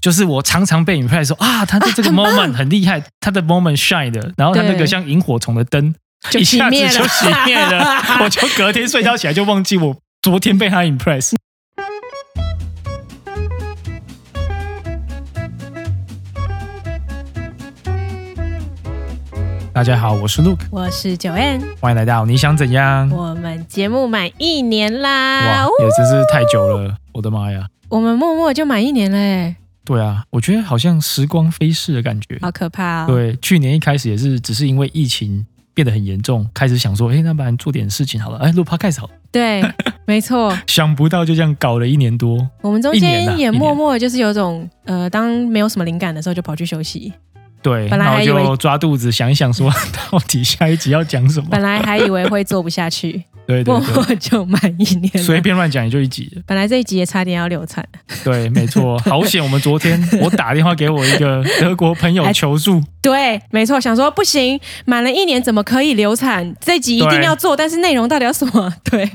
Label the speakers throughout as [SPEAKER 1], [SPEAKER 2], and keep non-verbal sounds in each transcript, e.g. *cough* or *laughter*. [SPEAKER 1] 就是我常常被 impress 说啊，他
[SPEAKER 2] *laughs*
[SPEAKER 1] 在这个 moment 很厉害，他的 moment shine 的，然后他那个
[SPEAKER 2] 对
[SPEAKER 1] 像萤火虫的灯
[SPEAKER 2] 就
[SPEAKER 1] 一下子
[SPEAKER 2] 熄灭了
[SPEAKER 1] 就熄灭了，
[SPEAKER 2] *laughs*
[SPEAKER 1] 我就隔天睡觉起来就忘记我昨天被他 impress。大家好，我是 Luke，
[SPEAKER 2] 我是九 N，
[SPEAKER 1] 欢迎来到你想怎样？
[SPEAKER 2] 我们节目满一年
[SPEAKER 1] 哇
[SPEAKER 2] 啦，呜，
[SPEAKER 1] 也真是太久了，我的妈呀！
[SPEAKER 2] 我们默默就满一年嘞，
[SPEAKER 1] 对啊，我觉得好像时光飞逝的感觉。
[SPEAKER 2] 好可怕哦。，
[SPEAKER 1] 对，去年一开始也是，只是因为疫情变得很严重，开始想说，哎，那不然做点事情好了，哎，录 podcast 好了。 *laughs*
[SPEAKER 2] 对，没错，
[SPEAKER 1] 想不到就这样搞了一年多，
[SPEAKER 2] 我们中
[SPEAKER 1] 一年啦啊
[SPEAKER 2] 间也
[SPEAKER 1] 一年
[SPEAKER 2] 默默就是有种呃，当没有什么灵感的时候就跑去休息，
[SPEAKER 1] 对，
[SPEAKER 2] 本来
[SPEAKER 1] 然后
[SPEAKER 2] 还以为
[SPEAKER 1] 就抓肚子想一想说， *laughs* 到底下一集要讲什么
[SPEAKER 2] 本？来还以为会做不下去，
[SPEAKER 1] *laughs* 对对
[SPEAKER 2] 默
[SPEAKER 1] 对。
[SPEAKER 2] 默就满一年了。
[SPEAKER 1] 随便乱讲也就一集，
[SPEAKER 2] 本来这一集也差点要流产，
[SPEAKER 1] 对，没错，好险！我们昨天我打电话给我一个德国朋友
[SPEAKER 2] 还
[SPEAKER 1] 求助，
[SPEAKER 2] 对，没错，想说不行，满了一年怎么可以流产？这集一定
[SPEAKER 1] 对
[SPEAKER 2] 要做，但是内容到底要什么？
[SPEAKER 1] *laughs*
[SPEAKER 2] 对，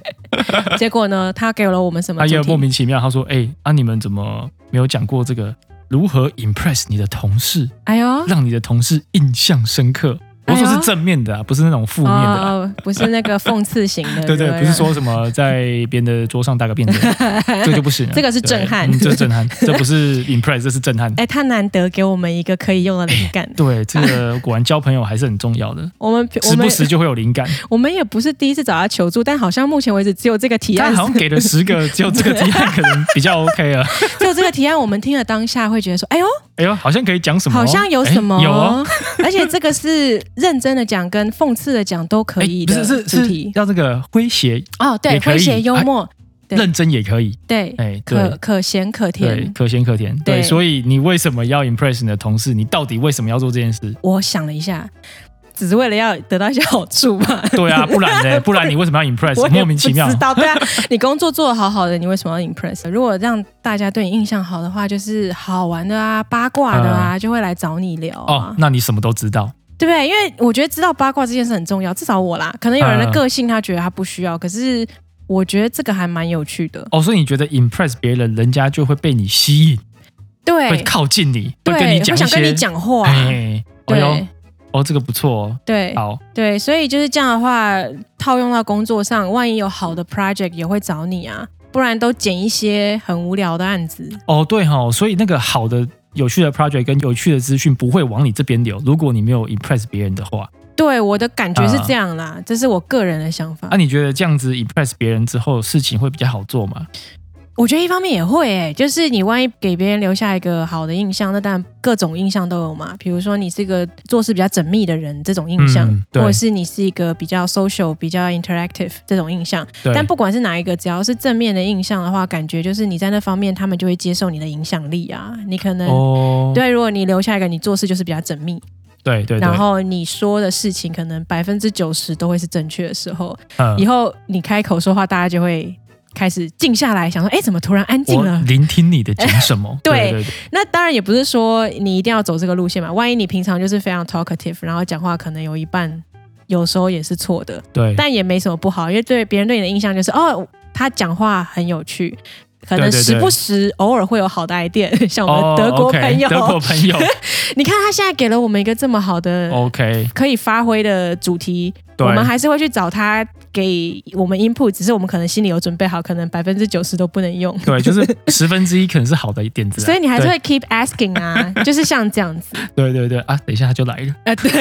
[SPEAKER 2] 结果呢，他给了我们什么
[SPEAKER 1] 他
[SPEAKER 2] 主
[SPEAKER 1] 也
[SPEAKER 2] 题？
[SPEAKER 1] 莫名其妙，他说：“哎、啊，你们怎么没有讲过这个如何 impress 你的同事，
[SPEAKER 2] 哎呦，
[SPEAKER 1] 让你的同事印象深刻？”我说
[SPEAKER 2] 哎
[SPEAKER 1] 是
[SPEAKER 2] 呦
[SPEAKER 1] 正面的啊，不是那种负面的、啊。
[SPEAKER 2] 哦哦，不是那个讽刺型
[SPEAKER 1] *laughs*
[SPEAKER 2] 的，
[SPEAKER 1] 对对，不是说什么在别人的桌上打个便当，
[SPEAKER 2] *laughs*
[SPEAKER 1] 这个就不行了。
[SPEAKER 2] 这个是震撼
[SPEAKER 1] 对嗯这是震
[SPEAKER 2] *laughs*
[SPEAKER 1] 撼，这不是 impress，这是震撼。
[SPEAKER 2] 哎，他难得给我们一个可以用的灵
[SPEAKER 1] *laughs*
[SPEAKER 2] 感。
[SPEAKER 1] 对，这个果然交朋友还是很重要的，
[SPEAKER 2] 我们哎我
[SPEAKER 1] 时
[SPEAKER 2] 们
[SPEAKER 1] 不时就会有灵感。
[SPEAKER 2] 我 *laughs* 们也不是第一次找他求助，但好像目前为止只有这个提
[SPEAKER 1] 他
[SPEAKER 2] 案，
[SPEAKER 1] 好像给了十个，只有这个提案可能比较 *laughs* OK 了。
[SPEAKER 2] 只有这个提案，我们听了当下会觉得说，哎呦，
[SPEAKER 1] 哎呦，好像可以讲什么哦？
[SPEAKER 2] 好像有什么，
[SPEAKER 1] 哎有哦。
[SPEAKER 2] 而且这个是认真的讲跟讽刺的讲都可
[SPEAKER 1] 哎
[SPEAKER 2] 以
[SPEAKER 1] 不
[SPEAKER 2] 的
[SPEAKER 1] 是是
[SPEAKER 2] 主
[SPEAKER 1] 是
[SPEAKER 2] 题。
[SPEAKER 1] 要这个诙谐，
[SPEAKER 2] 哦，对，
[SPEAKER 1] 也可以
[SPEAKER 2] 诙谐幽默，对
[SPEAKER 1] 认真也可以。
[SPEAKER 2] 对，
[SPEAKER 1] 哎，
[SPEAKER 2] 可
[SPEAKER 1] 对。
[SPEAKER 2] 可咸可
[SPEAKER 1] 对，
[SPEAKER 2] 甜。
[SPEAKER 1] 可咸可甜。对，
[SPEAKER 2] 对
[SPEAKER 1] 所以你为什么要 impress 你的同事？你到底为什么要做这件事？
[SPEAKER 2] 我想了一下，只是为了要得到一些好处吧。
[SPEAKER 1] 对啊，不然
[SPEAKER 2] *laughs*
[SPEAKER 1] 呢？不然你为什么要 impress？
[SPEAKER 2] 我
[SPEAKER 1] 莫名其妙
[SPEAKER 2] 也不知。道，
[SPEAKER 1] *laughs*
[SPEAKER 2] 对啊，你工作做得好好的，你为什么要 impress？如果让大家对你印象好的话，就是好玩的啊、八卦的啊，就会来找你聊啊，
[SPEAKER 1] 嗯哦，那你什么都知道。
[SPEAKER 2] 对不对？因为我觉得知道八卦这件事很重要，至少我啦，可能有人的
[SPEAKER 1] 嗯
[SPEAKER 2] 个性他觉得他不需要，可是我觉得这个还蛮有趣的，
[SPEAKER 1] 哦，所以你觉得 impress 别人，人家就会被你吸引，会
[SPEAKER 2] 对
[SPEAKER 1] 靠近你，会跟你
[SPEAKER 2] 对，
[SPEAKER 1] 讲
[SPEAKER 2] 会
[SPEAKER 1] 一些，
[SPEAKER 2] 想跟你讲话，
[SPEAKER 1] 哎，哎呦
[SPEAKER 2] 对，
[SPEAKER 1] 哦，这个不错哦，
[SPEAKER 2] 对
[SPEAKER 1] 好，
[SPEAKER 2] 对，所以就是这样的话，套用到工作上，万一有好的 project 也会找你啊，不然都捡一些很无聊的案子。
[SPEAKER 1] 哦，对哈、哦，所以那个好的、有趣的 project 跟有趣的资讯不会往你这边流，如果你没有 impress 别人的话，
[SPEAKER 2] 对，我的感
[SPEAKER 1] 嗯
[SPEAKER 2] 觉是这样啦，这是我个人的想法。
[SPEAKER 1] 那、啊你觉得这样子 impress 别人之后，事情会比较好做吗？
[SPEAKER 2] 我觉得一方面也会、欸，就是你万一给别人留下一个好的印象，那当然各种印象都有嘛。比如说你是一个做事比较缜密的人，这种印象，
[SPEAKER 1] 嗯对
[SPEAKER 2] 或者是你是一个比较 social、比较 interactive 这种印象。
[SPEAKER 1] 对，
[SPEAKER 2] 但不管是哪一个，只要是正面的印象的话，感觉就是你在那方面，他们就会接受你的影响力啊。你可能、
[SPEAKER 1] 哦，
[SPEAKER 2] 对，如果你留下一个，你做事就是比较缜密，
[SPEAKER 1] 对对对，
[SPEAKER 2] 然后你说的事情可能百分之九十都会是正确的时候，
[SPEAKER 1] 嗯
[SPEAKER 2] 以后你开口说话，大家就会开始静下来，想说，哎，怎么突然安静
[SPEAKER 1] 我
[SPEAKER 2] 了？
[SPEAKER 1] 聆听你的讲什么，
[SPEAKER 2] *laughs* 对
[SPEAKER 1] 对对
[SPEAKER 2] 那当然也不是说你一定要走这个路线嘛，万一你平常就是非常 talkative，然后讲话可能有一半有时候也是错的，
[SPEAKER 1] 对，
[SPEAKER 2] 但也没什么不好，因为对别人对你的印象就是，哦，他讲话很有趣。可能
[SPEAKER 1] 对对对
[SPEAKER 2] 时不时偶尔会有好的 idea，像 *laughs* 我
[SPEAKER 1] 哦
[SPEAKER 2] 们德国
[SPEAKER 1] OK，
[SPEAKER 2] 朋友
[SPEAKER 1] 德国朋
[SPEAKER 2] *laughs*
[SPEAKER 1] 友
[SPEAKER 2] 你看他现在给了我们一个这么好的
[SPEAKER 1] 哦，OK，
[SPEAKER 2] 可以发挥的主题，
[SPEAKER 1] 对
[SPEAKER 2] 我们还是会去找他给我们 input，只是我们可能心里有准备好，可能百分之九十都不能用。
[SPEAKER 1] 对，就是十分之一可能是好的点子啊，
[SPEAKER 2] *laughs* 所以你还是
[SPEAKER 1] *laughs* 对
[SPEAKER 2] 会 keep asking 啊，就是像这样子，
[SPEAKER 1] 对对对 *laughs* 啊，等一下他就来
[SPEAKER 2] *laughs*
[SPEAKER 1] 了，
[SPEAKER 2] 呃，对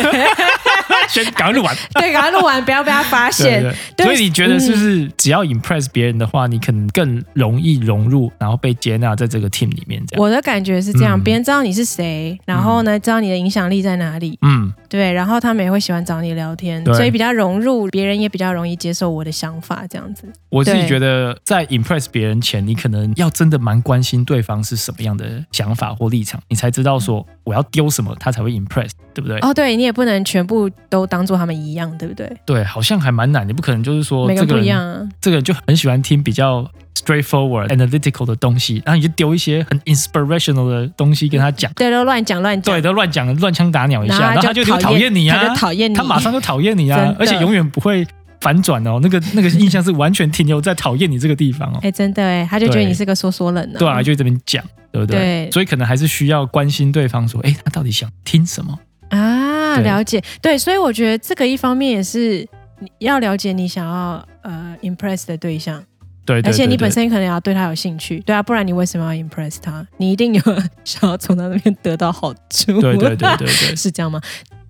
[SPEAKER 1] 先赶快录
[SPEAKER 2] *laughs*
[SPEAKER 1] 完。
[SPEAKER 2] 对，赶快录完，不要被他发现。
[SPEAKER 1] 对对，
[SPEAKER 2] 对嗯
[SPEAKER 1] 所以你觉得是不是只要 impress 别人的话，你可能更容易融入，然后被接纳在这个 team 里面这样？
[SPEAKER 2] 我的感觉是这样，
[SPEAKER 1] 嗯
[SPEAKER 2] 别人知道你是谁，然后呢，知道你的影响力在哪里，
[SPEAKER 1] 嗯，
[SPEAKER 2] 对，然后他们也会喜欢找你聊天，
[SPEAKER 1] 对
[SPEAKER 2] 所以比较融入，别人也比较容易接受我的想法，这样子。
[SPEAKER 1] 我自己
[SPEAKER 2] 对
[SPEAKER 1] 觉得在 impress 别人前，你可能要真的蛮关心对方是什么样的想法或立场，你才知道说我要丢什么，他才会 impress，对不对？
[SPEAKER 2] 哦，对你也不能全部都当做他们一样，对不对？
[SPEAKER 1] 对，好像还蛮难，你不可能就是说
[SPEAKER 2] 每个
[SPEAKER 1] 这
[SPEAKER 2] 人
[SPEAKER 1] 个
[SPEAKER 2] 不一
[SPEAKER 1] 人
[SPEAKER 2] 样啊。
[SPEAKER 1] 这个人就很喜欢听比较 straightforward analytical 的东西，然后你就丢一些很 inspirational 的东西跟他讲。
[SPEAKER 2] 对，都乱讲乱讲，
[SPEAKER 1] 对，都乱讲乱枪打鸟一下，然后
[SPEAKER 2] 然后
[SPEAKER 1] 他
[SPEAKER 2] 他
[SPEAKER 1] 就
[SPEAKER 2] 就
[SPEAKER 1] 有点讨厌你啊，
[SPEAKER 2] 他就讨厌你，
[SPEAKER 1] 他马上就讨厌你
[SPEAKER 2] 真
[SPEAKER 1] 啊
[SPEAKER 2] 的，
[SPEAKER 1] 而且永远不会反转哦。那
[SPEAKER 2] *laughs*
[SPEAKER 1] 个那个印象是完全停留在讨厌你这个地方哦
[SPEAKER 2] 哎、。真的哎，他就觉得
[SPEAKER 1] 对
[SPEAKER 2] 你是个说说人呢、
[SPEAKER 1] 对啊，就这边讲，对不对？
[SPEAKER 2] 对
[SPEAKER 1] 所以可能还是需要关心对方，说，哎，他到底想听什么？
[SPEAKER 2] 啊，
[SPEAKER 1] 对
[SPEAKER 2] 了解，对，所以我觉得这个一方面也是你要了解你想要呃 impress 的对象，
[SPEAKER 1] 对，对
[SPEAKER 2] 而且
[SPEAKER 1] 对
[SPEAKER 2] 你
[SPEAKER 1] 对
[SPEAKER 2] 本身可能也要对他有兴趣，对啊，不然你为什么要 impress 他？你一定有 *laughs* 想要从他那边得到好处，
[SPEAKER 1] 对对对对对，
[SPEAKER 2] *laughs* 是这样吗？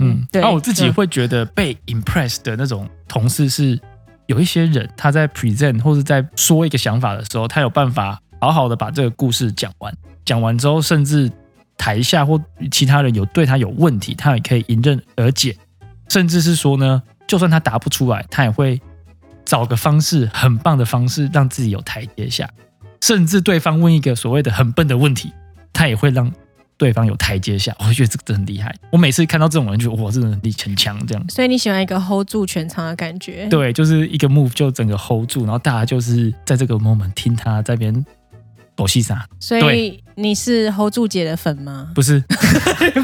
[SPEAKER 1] 嗯，
[SPEAKER 2] 对
[SPEAKER 1] 那我自己
[SPEAKER 2] 嗯
[SPEAKER 1] 会觉得被 impress 的那种同事是有一些人他在 present 或者在说一个想法的时候，他有办法好好的把这个故事讲完，讲完之后，甚至台下或其他人有对他有问题，他也可以迎刃而解，甚至是说呢，就算他答不出来，他也会找个方式，很棒的方式让自己有台阶下，甚至对方问一个所谓的很笨的问题，他也会让对方有台阶下，我就觉得这个真的很厉害。我每次看到这种人就，哇，这个人力很强，这样。
[SPEAKER 2] 所以你喜欢一个 hold 住全场的感觉，
[SPEAKER 1] 对，就是一个 move 就整个 hold 住，然后大家就是在这个 moment 听他在边抖戏啥，
[SPEAKER 2] 所以
[SPEAKER 1] 对
[SPEAKER 2] 你是 hold 住姐的粉吗？ *laughs*
[SPEAKER 1] 不是，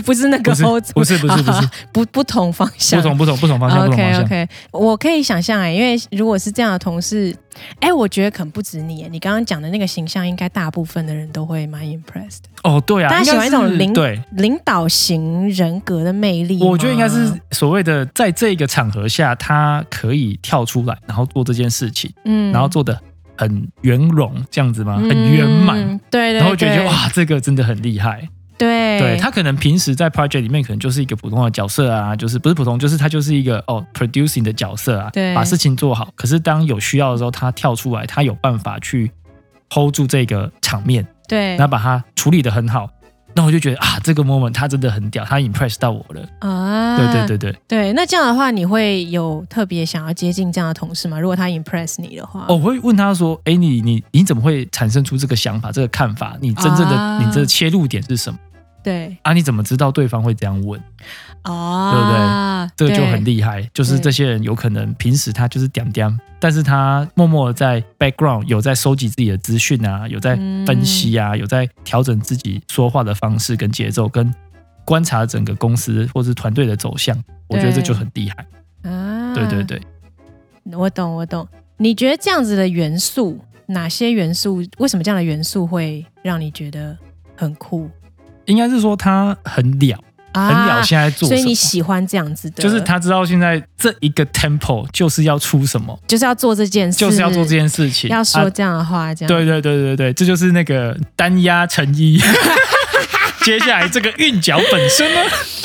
[SPEAKER 2] 不是那个
[SPEAKER 1] 不是
[SPEAKER 2] hold 住，啊
[SPEAKER 1] 不是，不
[SPEAKER 2] *laughs*
[SPEAKER 1] 是，不是，
[SPEAKER 2] 不不同方向
[SPEAKER 1] 不。同不同不同方向，不同方
[SPEAKER 2] OK
[SPEAKER 1] 向。
[SPEAKER 2] OK，我可以想象哎、因为如果是这样的同事，哎、我觉得可能不止你、欸，你刚刚讲的那个形象，应该大部分的人都会蛮 impressed 的。
[SPEAKER 1] 哦，对啊，
[SPEAKER 2] 大家喜欢
[SPEAKER 1] 应该是
[SPEAKER 2] 一种灵
[SPEAKER 1] 对，
[SPEAKER 2] 领导型人格的魅力吗，
[SPEAKER 1] 我觉得应该是所谓的在这个场合下，他可以跳出来，然后做这件事情，
[SPEAKER 2] 嗯
[SPEAKER 1] 然后做的很圆融，这样子吗？
[SPEAKER 2] 嗯
[SPEAKER 1] 很圆满，
[SPEAKER 2] 对对对，
[SPEAKER 1] 然后觉得哇，这个真的很厉害。
[SPEAKER 2] 对
[SPEAKER 1] 对他可能平时在 project 里面可能就是一个普通的角色啊，就是不是普通，就是他就是一个哦 producing 的角色啊，
[SPEAKER 2] 对
[SPEAKER 1] 把事情做好。可是当有需要的时候，他跳出来，他有办法去 hold 住这个场面，
[SPEAKER 2] 对
[SPEAKER 1] 然后把它处理的很好。那我就觉得啊，这个 moment 他真的很屌，他 impress 到我了。
[SPEAKER 2] 啊，
[SPEAKER 1] 对对对对，
[SPEAKER 2] 对那这样的话，你会有特别想要接近这样的同事吗？如果他 impress 你的话，
[SPEAKER 1] 哦，我会问他说，哎，你你你怎么会产生出这个想法、这个看法？你真正的、
[SPEAKER 2] 啊
[SPEAKER 1] 你这切入点是什么
[SPEAKER 2] 对
[SPEAKER 1] 啊？你怎么知道对方会这样问？
[SPEAKER 2] 啊，
[SPEAKER 1] 这个就很
[SPEAKER 2] 对
[SPEAKER 1] 厉害，就是这些人有可能平时他就是点点，但是他默默地在 background 有在收集自己的资讯啊，有在分析
[SPEAKER 2] 嗯
[SPEAKER 1] 啊，有在调整自己说话的方式跟节奏，跟观察整个公司或是团队的走向，我觉得这就很厉害。
[SPEAKER 2] 啊，
[SPEAKER 1] 对对对，
[SPEAKER 2] 我懂，我懂。你觉得这样子的元素，哪些元素？为什么这样的元素会让你觉得很酷
[SPEAKER 1] 应该是说他很了，
[SPEAKER 2] 啊
[SPEAKER 1] 很了现在做
[SPEAKER 2] 所以
[SPEAKER 1] 什么
[SPEAKER 2] 你。喜欢这样子的，
[SPEAKER 1] 就是他知道现在这一个 tempo 就是要出什么，
[SPEAKER 2] 就是要做这件事，
[SPEAKER 1] 就是要做这件啊事情，
[SPEAKER 2] 要
[SPEAKER 1] 啊
[SPEAKER 2] 说这样的话，这样
[SPEAKER 1] 对对对对对，这就是那个单压成一。
[SPEAKER 2] *laughs*
[SPEAKER 1] 接下来这个韵脚本身呢，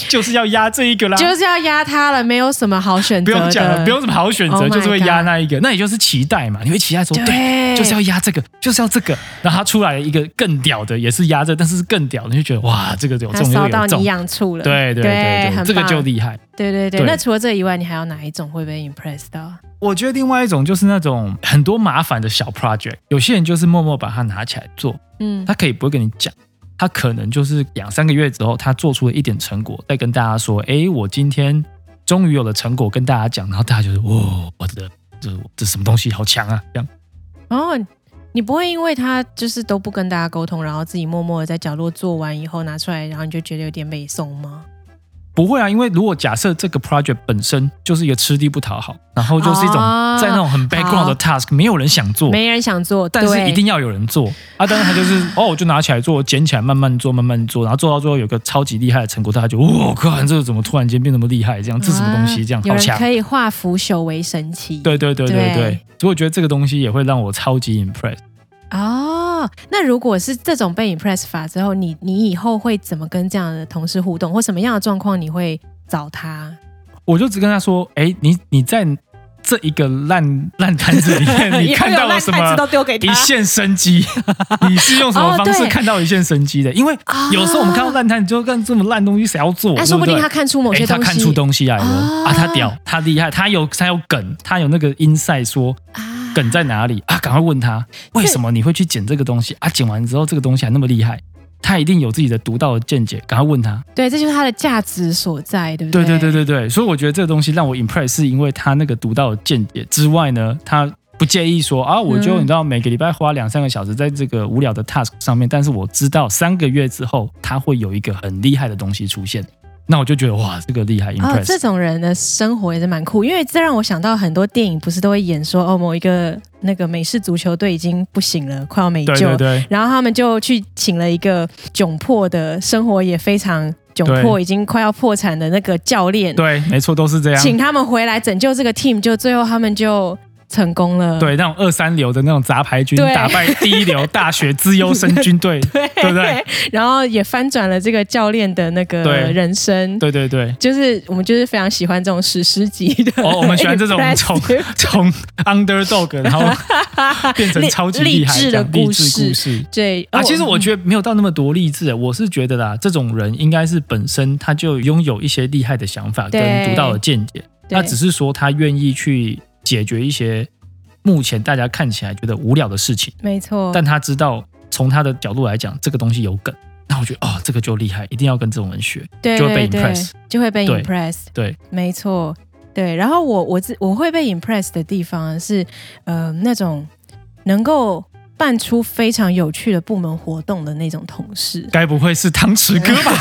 [SPEAKER 1] 就是要压这一个啦，
[SPEAKER 2] 就是要压他了，没有什么好选
[SPEAKER 1] 不
[SPEAKER 2] 择的，
[SPEAKER 1] 用讲了，不用什么好选择
[SPEAKER 2] Oh my
[SPEAKER 1] 就是会压那一个。那也就是期待嘛，你会期待说，
[SPEAKER 2] 对
[SPEAKER 1] 对，就是要压这个，就是要这个。然后他出来了一个更屌的，也是压着，但是是更屌的，你就觉得哇，这个有
[SPEAKER 2] 他
[SPEAKER 1] 中又
[SPEAKER 2] 烧
[SPEAKER 1] 有
[SPEAKER 2] 到
[SPEAKER 1] 中
[SPEAKER 2] 你。痒处了，
[SPEAKER 1] 对对
[SPEAKER 2] 对
[SPEAKER 1] 对
[SPEAKER 2] 很
[SPEAKER 1] 对，
[SPEAKER 2] 棒
[SPEAKER 1] 这个就厉害。
[SPEAKER 2] 对对对
[SPEAKER 1] 对
[SPEAKER 2] 那除了这以外，你还有哪一种会被 impress 到？
[SPEAKER 1] 我觉得另外一种就是那种很多麻烦的小 project，有些人就是默默把它拿起来做，
[SPEAKER 2] 嗯
[SPEAKER 1] 他可以不会跟你讲，他可能就是两三个月之后，他做出了一点成果，再跟大家说：“哎，我今天终于有了成果，跟大家讲。”然后大家就是：“哇，我的这这什么东西好强啊！”这样
[SPEAKER 2] 哦，你不会因为他就是都不跟大家沟通，然后自己默默的在角落做完以后拿出来，然后你就觉得有点美送吗？
[SPEAKER 1] 不会啊，因为如果假设这个 project 本身就是一个吃力不讨好，然后就是一种
[SPEAKER 2] 哦
[SPEAKER 1] 在那种很 background 的 task，、没有人想做。
[SPEAKER 2] 没人想做，
[SPEAKER 1] 哦但是
[SPEAKER 2] 对
[SPEAKER 1] 一定要有人做啊！但是他就是哦，我就拿起来做，捡起来慢慢做，慢慢做，然后做到最后有个超级厉害的成果，大家就哇，看这个怎么突然间变那么厉害？这样这什么东西？这样
[SPEAKER 2] 啊有
[SPEAKER 1] 好
[SPEAKER 2] 人
[SPEAKER 1] 强！
[SPEAKER 2] 可以化腐朽为神奇。
[SPEAKER 1] 对对对对
[SPEAKER 2] 对
[SPEAKER 1] 对，所以我觉得这个东西也会让我超级 impress。
[SPEAKER 2] 哦，那如果是这种被 impress 法之后，你你以后会怎么跟这样的同事互动，或什么样的状况你会找他？
[SPEAKER 1] 我就只跟他说：“哎，你你在这一个烂烂摊子里
[SPEAKER 2] *laughs*
[SPEAKER 1] 面，你
[SPEAKER 2] 以后
[SPEAKER 1] 看
[SPEAKER 2] 有
[SPEAKER 1] 到了
[SPEAKER 2] 烂
[SPEAKER 1] 什
[SPEAKER 2] 摊
[SPEAKER 1] 么
[SPEAKER 2] 子都丢给他
[SPEAKER 1] 一线生机？ *laughs* 你是用什么
[SPEAKER 2] 哦
[SPEAKER 1] 方式
[SPEAKER 2] 对
[SPEAKER 1] 看到一线生机的？因为
[SPEAKER 2] 啊
[SPEAKER 1] 有时候我们看到烂摊子，就干这么烂东西，谁要做？
[SPEAKER 2] 那
[SPEAKER 1] 对
[SPEAKER 2] 说不定
[SPEAKER 1] 对
[SPEAKER 2] 他看出某
[SPEAKER 1] 哎
[SPEAKER 2] 些
[SPEAKER 1] 他
[SPEAKER 2] 东西，
[SPEAKER 1] 看出东西来了
[SPEAKER 2] 啊
[SPEAKER 1] 啊！他屌，他厉害，他有他有梗，他有那个 inside 说
[SPEAKER 2] 啊
[SPEAKER 1] 梗在哪里啊？赶快问他为什么你会去捡这个东西啊？捡完之后这个东西还那么厉害，他一定有自己的独到的见解，赶快问他。
[SPEAKER 2] 对，这就是他的价值所在，对不
[SPEAKER 1] 对对
[SPEAKER 2] 对
[SPEAKER 1] 对对对，所以我觉得这个东西让我 impress 是因为他那个独到的见解之外呢，他不介意说啊，我就你
[SPEAKER 2] 嗯
[SPEAKER 1] 知道每个礼拜花两三个小时在这个无聊的 task 上面，但是我知道三个月之后他会有一个很厉害的东西出现，那我就觉得哇，这个厉害
[SPEAKER 2] 哦，
[SPEAKER 1] impress，、
[SPEAKER 2] 这种人的生活也是蛮酷，因为这让我想到很多电影不是都会演说哦，某一个那个美式足球队已经不行了，快要没
[SPEAKER 1] 对
[SPEAKER 2] 救
[SPEAKER 1] 对
[SPEAKER 2] 了。
[SPEAKER 1] 对，
[SPEAKER 2] 然后他们就去请了一个窘迫的生活也非常窘迫，
[SPEAKER 1] 对
[SPEAKER 2] 已经快要破产的那个教练，
[SPEAKER 1] 对，啊没错，都是这样。
[SPEAKER 2] 请他们回来拯救这个 team，就最后他们就成功了。
[SPEAKER 1] 对，那种二三流的那种杂牌军
[SPEAKER 2] 对
[SPEAKER 1] 打败第一流大学资优生军队，
[SPEAKER 2] *laughs* 对
[SPEAKER 1] 对不对？
[SPEAKER 2] 然后也翻转了这个教练的那个
[SPEAKER 1] 对
[SPEAKER 2] 人生。
[SPEAKER 1] 对对对，
[SPEAKER 2] 就是我们就是非常喜欢这种史诗级的 impressive，
[SPEAKER 1] 哦我们喜欢
[SPEAKER 2] *laughs*
[SPEAKER 1] 这种从从 underdog 然后变成超级厉害
[SPEAKER 2] 励志的
[SPEAKER 1] 这样励
[SPEAKER 2] 故
[SPEAKER 1] 志
[SPEAKER 2] 事嗯
[SPEAKER 1] 故事。
[SPEAKER 2] 对哦
[SPEAKER 1] 啊，其实我觉得没有到那么多励志，我是觉得啦，这种人应该是本身他就拥有一些厉害的想法跟
[SPEAKER 2] 对
[SPEAKER 1] 独到的见解，
[SPEAKER 2] 对
[SPEAKER 1] 那只是说他愿意去解决一些目前大家看起来觉得无聊的事情，
[SPEAKER 2] 没错，
[SPEAKER 1] 但他知道从他的角度来讲，这个东西有梗，那我觉得哦，这个就厉害，一定要跟这种人
[SPEAKER 2] *laughs*
[SPEAKER 1] 学。
[SPEAKER 2] 对
[SPEAKER 1] 就会被
[SPEAKER 2] 对对
[SPEAKER 1] impress
[SPEAKER 2] 就会被
[SPEAKER 1] 对
[SPEAKER 2] impress，
[SPEAKER 1] 对，。
[SPEAKER 2] 没错，对。然后我我自我会被 impress 的地方是，呃，那种能够办出非常有趣的部门活动的那种同事
[SPEAKER 1] *laughs* 该不会是汤匙哥吧？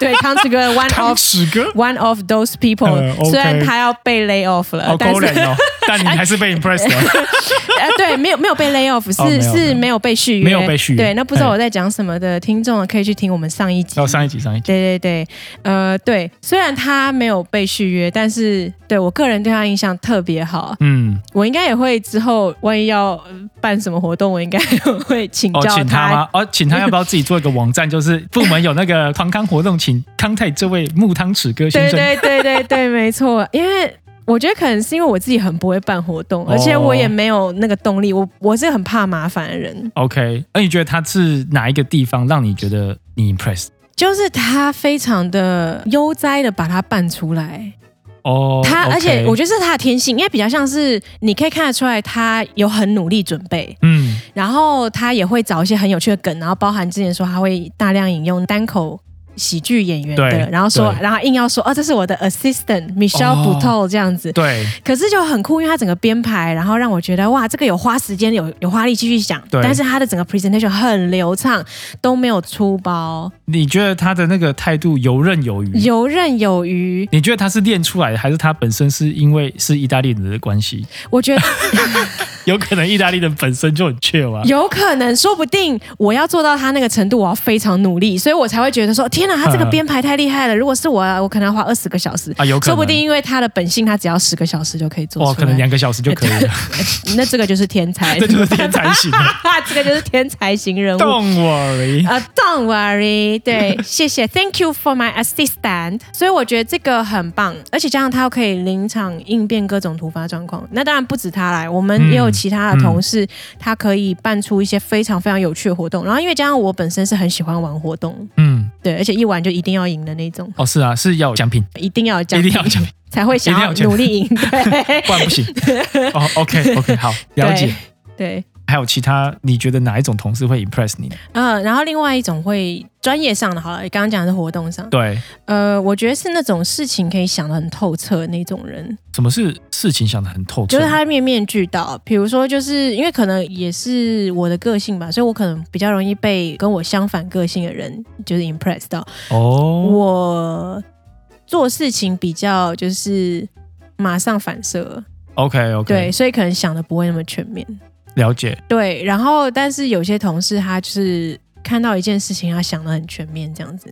[SPEAKER 2] 对， *laughs* 汤志哥 one
[SPEAKER 1] 汤
[SPEAKER 2] of
[SPEAKER 1] 匙
[SPEAKER 2] *laughs*
[SPEAKER 1] 哥，
[SPEAKER 2] one of those people，、
[SPEAKER 1] 呃，OK
[SPEAKER 2] 虽然他要被 lay off 了，
[SPEAKER 1] 好
[SPEAKER 2] 呃但
[SPEAKER 1] 勾
[SPEAKER 2] 是
[SPEAKER 1] 人哦！但你还是被 impressed 了。
[SPEAKER 2] *laughs* 呃，对，没有没有被 lay off，是、
[SPEAKER 1] 哦没有没
[SPEAKER 2] 是
[SPEAKER 1] 有
[SPEAKER 2] 没有被续约，
[SPEAKER 1] 没有被续约
[SPEAKER 2] 对，那不知道
[SPEAKER 1] 哎哦
[SPEAKER 2] 我在讲什么的听众可以去听我们上一集
[SPEAKER 1] 然后。上一集，上一集，
[SPEAKER 2] 对对对，呃，对，虽然他没有被续约，但是对我个人对他印象特别好。
[SPEAKER 1] 嗯，
[SPEAKER 2] 我应该也会之后万一要呃办什么活动，我应该会请
[SPEAKER 1] 哦，
[SPEAKER 2] 教
[SPEAKER 1] 请他
[SPEAKER 2] 他。
[SPEAKER 1] 吗？哦，请他要不要自己做一个网站？ *laughs* 就是部门有那个团康活动，请康泰这位木汤匙哥先
[SPEAKER 2] 对
[SPEAKER 1] 生。
[SPEAKER 2] 对对对对，没错，因为。我觉得可能是因为我自己很不会办活动，
[SPEAKER 1] 哦
[SPEAKER 2] 而且我也没有那个动力。我我是很怕麻烦的人，
[SPEAKER 1] OK，那你觉得他是哪一个地方让你觉得你 impressed？
[SPEAKER 2] 就是他非常的悠哉的把它办出来。
[SPEAKER 1] 哦，
[SPEAKER 2] 他
[SPEAKER 1] OK
[SPEAKER 2] 而且我觉得这是他的天性，因为比较像是你可以看得出来，他有很努力准备，
[SPEAKER 1] 嗯，
[SPEAKER 2] 然后他也会找一些很有趣的梗，然后包含之前说他会大量引用单口喜剧演员
[SPEAKER 1] 对
[SPEAKER 2] 的，然后说，
[SPEAKER 1] 对
[SPEAKER 2] 然后硬要说，哦，这是我的 assistant Michelle
[SPEAKER 1] 哦
[SPEAKER 2] b u t o 这样子。
[SPEAKER 1] 对
[SPEAKER 2] 可是就很酷，因为他整个编排，然后让我觉得哇，这个有花时间，有有花力气去想。
[SPEAKER 1] 对
[SPEAKER 2] 但是他的整个 presentation 很流畅，都没有粗包，
[SPEAKER 1] 你觉得他的那个态度游刃有余，
[SPEAKER 2] 游刃有余。
[SPEAKER 1] 你觉得他是练出来的，还是他本身是因为是意大利人的关
[SPEAKER 2] *laughs*
[SPEAKER 1] 系？
[SPEAKER 2] 我
[SPEAKER 1] *laughs*
[SPEAKER 2] 觉得
[SPEAKER 1] 有可能意大利人本身就很啊怯嘛。
[SPEAKER 2] 有可能，说不定我要做到他那个程度，我要非常努力，所以我才会觉得说，天哪，他这个
[SPEAKER 1] 嗯
[SPEAKER 2] 编排太厉害了。如果是我，我可能要花二十个小时，
[SPEAKER 1] 啊，有可能，
[SPEAKER 2] 说不定因为他的本性，他只要十个小时就可以做出
[SPEAKER 1] 哇，
[SPEAKER 2] 来。
[SPEAKER 1] 可能两个小时就可以
[SPEAKER 2] *laughs*
[SPEAKER 1] 了，
[SPEAKER 2] 那这个就是天才，
[SPEAKER 1] *laughs* 这就是天才型的。
[SPEAKER 2] *laughs* 这个就是天才型人物。
[SPEAKER 1] Don't worry，
[SPEAKER 2] 呃、d o n t worry，对，
[SPEAKER 1] *laughs*
[SPEAKER 2] 谢谢，Thank you for my assistant。所以我觉得这个很棒，而且加上他又可以临场应变各种突发状况。那当然不止他来，我们也有其他的同
[SPEAKER 1] 嗯
[SPEAKER 2] 事，他可以办出一些非常非常有趣的活动。然后因为加上我本身是很喜欢玩活动，
[SPEAKER 1] 嗯，
[SPEAKER 2] 对，而且一玩就一定要赢的那种，
[SPEAKER 1] 哦，是啊，是要有奖品，
[SPEAKER 2] 一定要有奖
[SPEAKER 1] 一
[SPEAKER 2] 品
[SPEAKER 1] 定要有
[SPEAKER 2] *laughs*
[SPEAKER 1] 奖品，
[SPEAKER 2] 才会想要
[SPEAKER 1] 一定要
[SPEAKER 2] 努力赢。
[SPEAKER 1] *laughs*
[SPEAKER 2] 对
[SPEAKER 1] 不然不行。哦，OK OK，好，了解。
[SPEAKER 2] 对。
[SPEAKER 1] 还有其他，你觉得哪一种同事会 impress 你？
[SPEAKER 2] 嗯，然后另外一种会专业上的，好了，刚刚讲的是活动上，
[SPEAKER 1] 对，
[SPEAKER 2] 呃，我觉得是那种事情可以想得很透彻的那种人，
[SPEAKER 1] 什么是事情想得很透彻？
[SPEAKER 2] 就是他面面俱到。比如说，就是因为可能也是我的个性吧，所以我可能比较容易被跟我相反个性的人就是 impress 到。
[SPEAKER 1] 哦，
[SPEAKER 2] 我做事情比较就是马上反射，
[SPEAKER 1] OK
[SPEAKER 2] 对，
[SPEAKER 1] OK，
[SPEAKER 2] 所以可能想的不会那么全面。
[SPEAKER 1] 了解。
[SPEAKER 2] 对，然后但是有些同事他就是看到一件事情，他想的很全面这样子。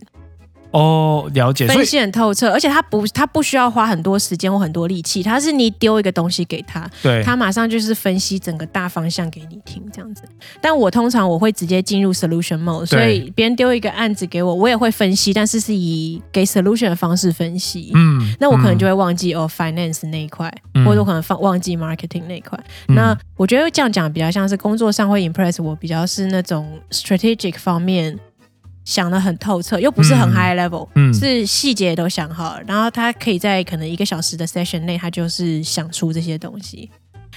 [SPEAKER 1] 哦，了解。所
[SPEAKER 2] 分
[SPEAKER 1] 以
[SPEAKER 2] 析很透彻，而且他不他不需要花很多时间或很多力气，他是你丢一个东西给他，
[SPEAKER 1] 对，
[SPEAKER 2] 他马上就是分析整个大方向给你听这样子。但我通常我会直接进入 solution mode，所以别人丢一个案子给我，我也会分析，但是是以给 solution 的方式分析。
[SPEAKER 1] 嗯，
[SPEAKER 2] 那我可能就
[SPEAKER 1] 会，
[SPEAKER 2] 会忘记哦，finance 那一块，
[SPEAKER 1] 嗯
[SPEAKER 2] 或者我可能放忘记 marketing 那一块。
[SPEAKER 1] 嗯
[SPEAKER 2] 那我觉得这样讲比较像是工作上会 impress 我，比较是那种 strategic 方面想的很透彻，又不是很
[SPEAKER 1] 嗯
[SPEAKER 2] high level，、
[SPEAKER 1] 嗯
[SPEAKER 2] 是细节都想好了，然后他可以在可能一个小时的 session 内，他就是想出这些东西。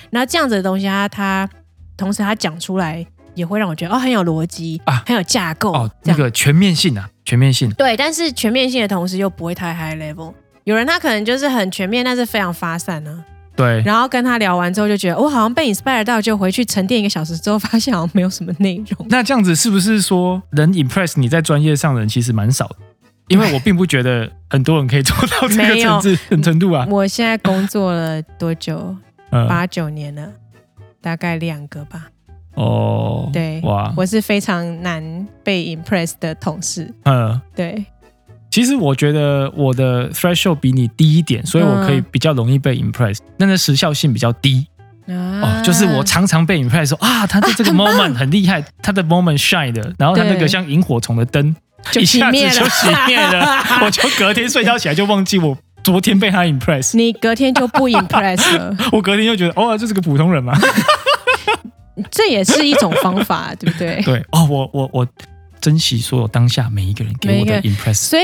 [SPEAKER 2] 然后这样子的东西他，他同时他讲出来也会让我觉得哦很有逻辑
[SPEAKER 1] 啊
[SPEAKER 2] 很有架构
[SPEAKER 1] 哦，那
[SPEAKER 2] 这样。
[SPEAKER 1] 个全面性啊，全面性。
[SPEAKER 2] 对，但是全面性的同时又不会太 high level。有人他可能就是很全面，但是非常发散啊呢、
[SPEAKER 1] 对，
[SPEAKER 2] 然后跟他聊完之后，就觉得我哦好像被 inspire 到，就回去沉淀一个小时之后，发现好像没有什么内容。
[SPEAKER 1] 那这样子是不是说能 impress 你在专业上的人其实蛮少的？因为我并不觉得很多人可以做到这个
[SPEAKER 2] 没有
[SPEAKER 1] 层
[SPEAKER 2] 嗯
[SPEAKER 1] 次程度啊。
[SPEAKER 2] 我现在工作了多久？
[SPEAKER 1] 嗯，
[SPEAKER 2] 八九年了。大概两个吧。
[SPEAKER 1] 哦，
[SPEAKER 2] 对
[SPEAKER 1] 哇，
[SPEAKER 2] 我是非常难被 impress 的同事，
[SPEAKER 1] 嗯，
[SPEAKER 2] 对，
[SPEAKER 1] 其实我觉得我的 threshold 比你低一点，所以我可以
[SPEAKER 2] 嗯
[SPEAKER 1] 比较容易被 impress，但是时效性比较低。
[SPEAKER 2] 啊
[SPEAKER 1] 哦，就是我常常被 impress 说啊，他在这
[SPEAKER 2] *laughs*
[SPEAKER 1] 个 moment 很厉害，他的 moment shine 的，然后他那个
[SPEAKER 2] 对
[SPEAKER 1] 像萤火虫的灯
[SPEAKER 2] 就
[SPEAKER 1] 一下子
[SPEAKER 2] 熄灭了
[SPEAKER 1] 就熄灭了，
[SPEAKER 2] *laughs*
[SPEAKER 1] 我就隔天睡觉起来就忘记我昨天被他 impress，
[SPEAKER 2] 你隔天就不 impress
[SPEAKER 1] *laughs*
[SPEAKER 2] 了，
[SPEAKER 1] 我隔天就觉得哦，就是个普通人嘛。
[SPEAKER 2] 这也是一种方法，对不 *laughs* 对？
[SPEAKER 1] 对，哦，我我我珍惜所有当下每一个人给我的
[SPEAKER 2] 每
[SPEAKER 1] impress，
[SPEAKER 2] 所以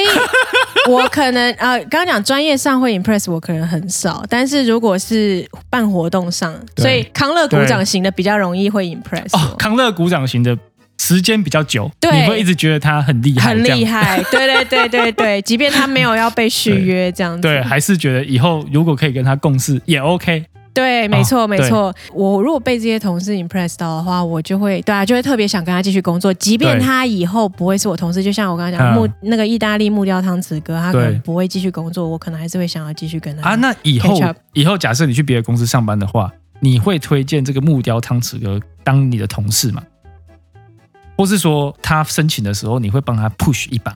[SPEAKER 2] 我可能呃，刚刚讲专业上会 impress 我可能很少，但是如果是办活动上，
[SPEAKER 1] 对
[SPEAKER 2] 所以康乐鼓
[SPEAKER 1] 对
[SPEAKER 2] 掌型的比较容易会 impress
[SPEAKER 1] 哦，
[SPEAKER 2] 我。
[SPEAKER 1] 康乐鼓掌型的时间比较久，
[SPEAKER 2] 对
[SPEAKER 1] 你会一直觉得他很厉害，
[SPEAKER 2] 很
[SPEAKER 1] 这样
[SPEAKER 2] 厉害，对对对对对，即便他没有要被续约这样子，
[SPEAKER 1] 对，还是觉得以后如果可以跟他共事也 OK。
[SPEAKER 2] 对，没错，
[SPEAKER 1] 哦
[SPEAKER 2] 没错。我如果被这些同事 impress 到的话，我就会对啊，就会特别想跟他继续工作，即便
[SPEAKER 1] 对
[SPEAKER 2] 他以后不会是我同事。就像我刚刚
[SPEAKER 1] 嗯
[SPEAKER 2] 讲木那个意大利木雕汤匙哥，他可
[SPEAKER 1] 对
[SPEAKER 2] 能不会继续工作，我可能还是会想要继续跟他。
[SPEAKER 1] 啊，那以后
[SPEAKER 2] 嗯 catch up
[SPEAKER 1] 以后假设你去别的公司上班的话，你会推荐这个木雕汤匙哥当你的同事吗？或是说他申请的时候，你会帮他 push 一把？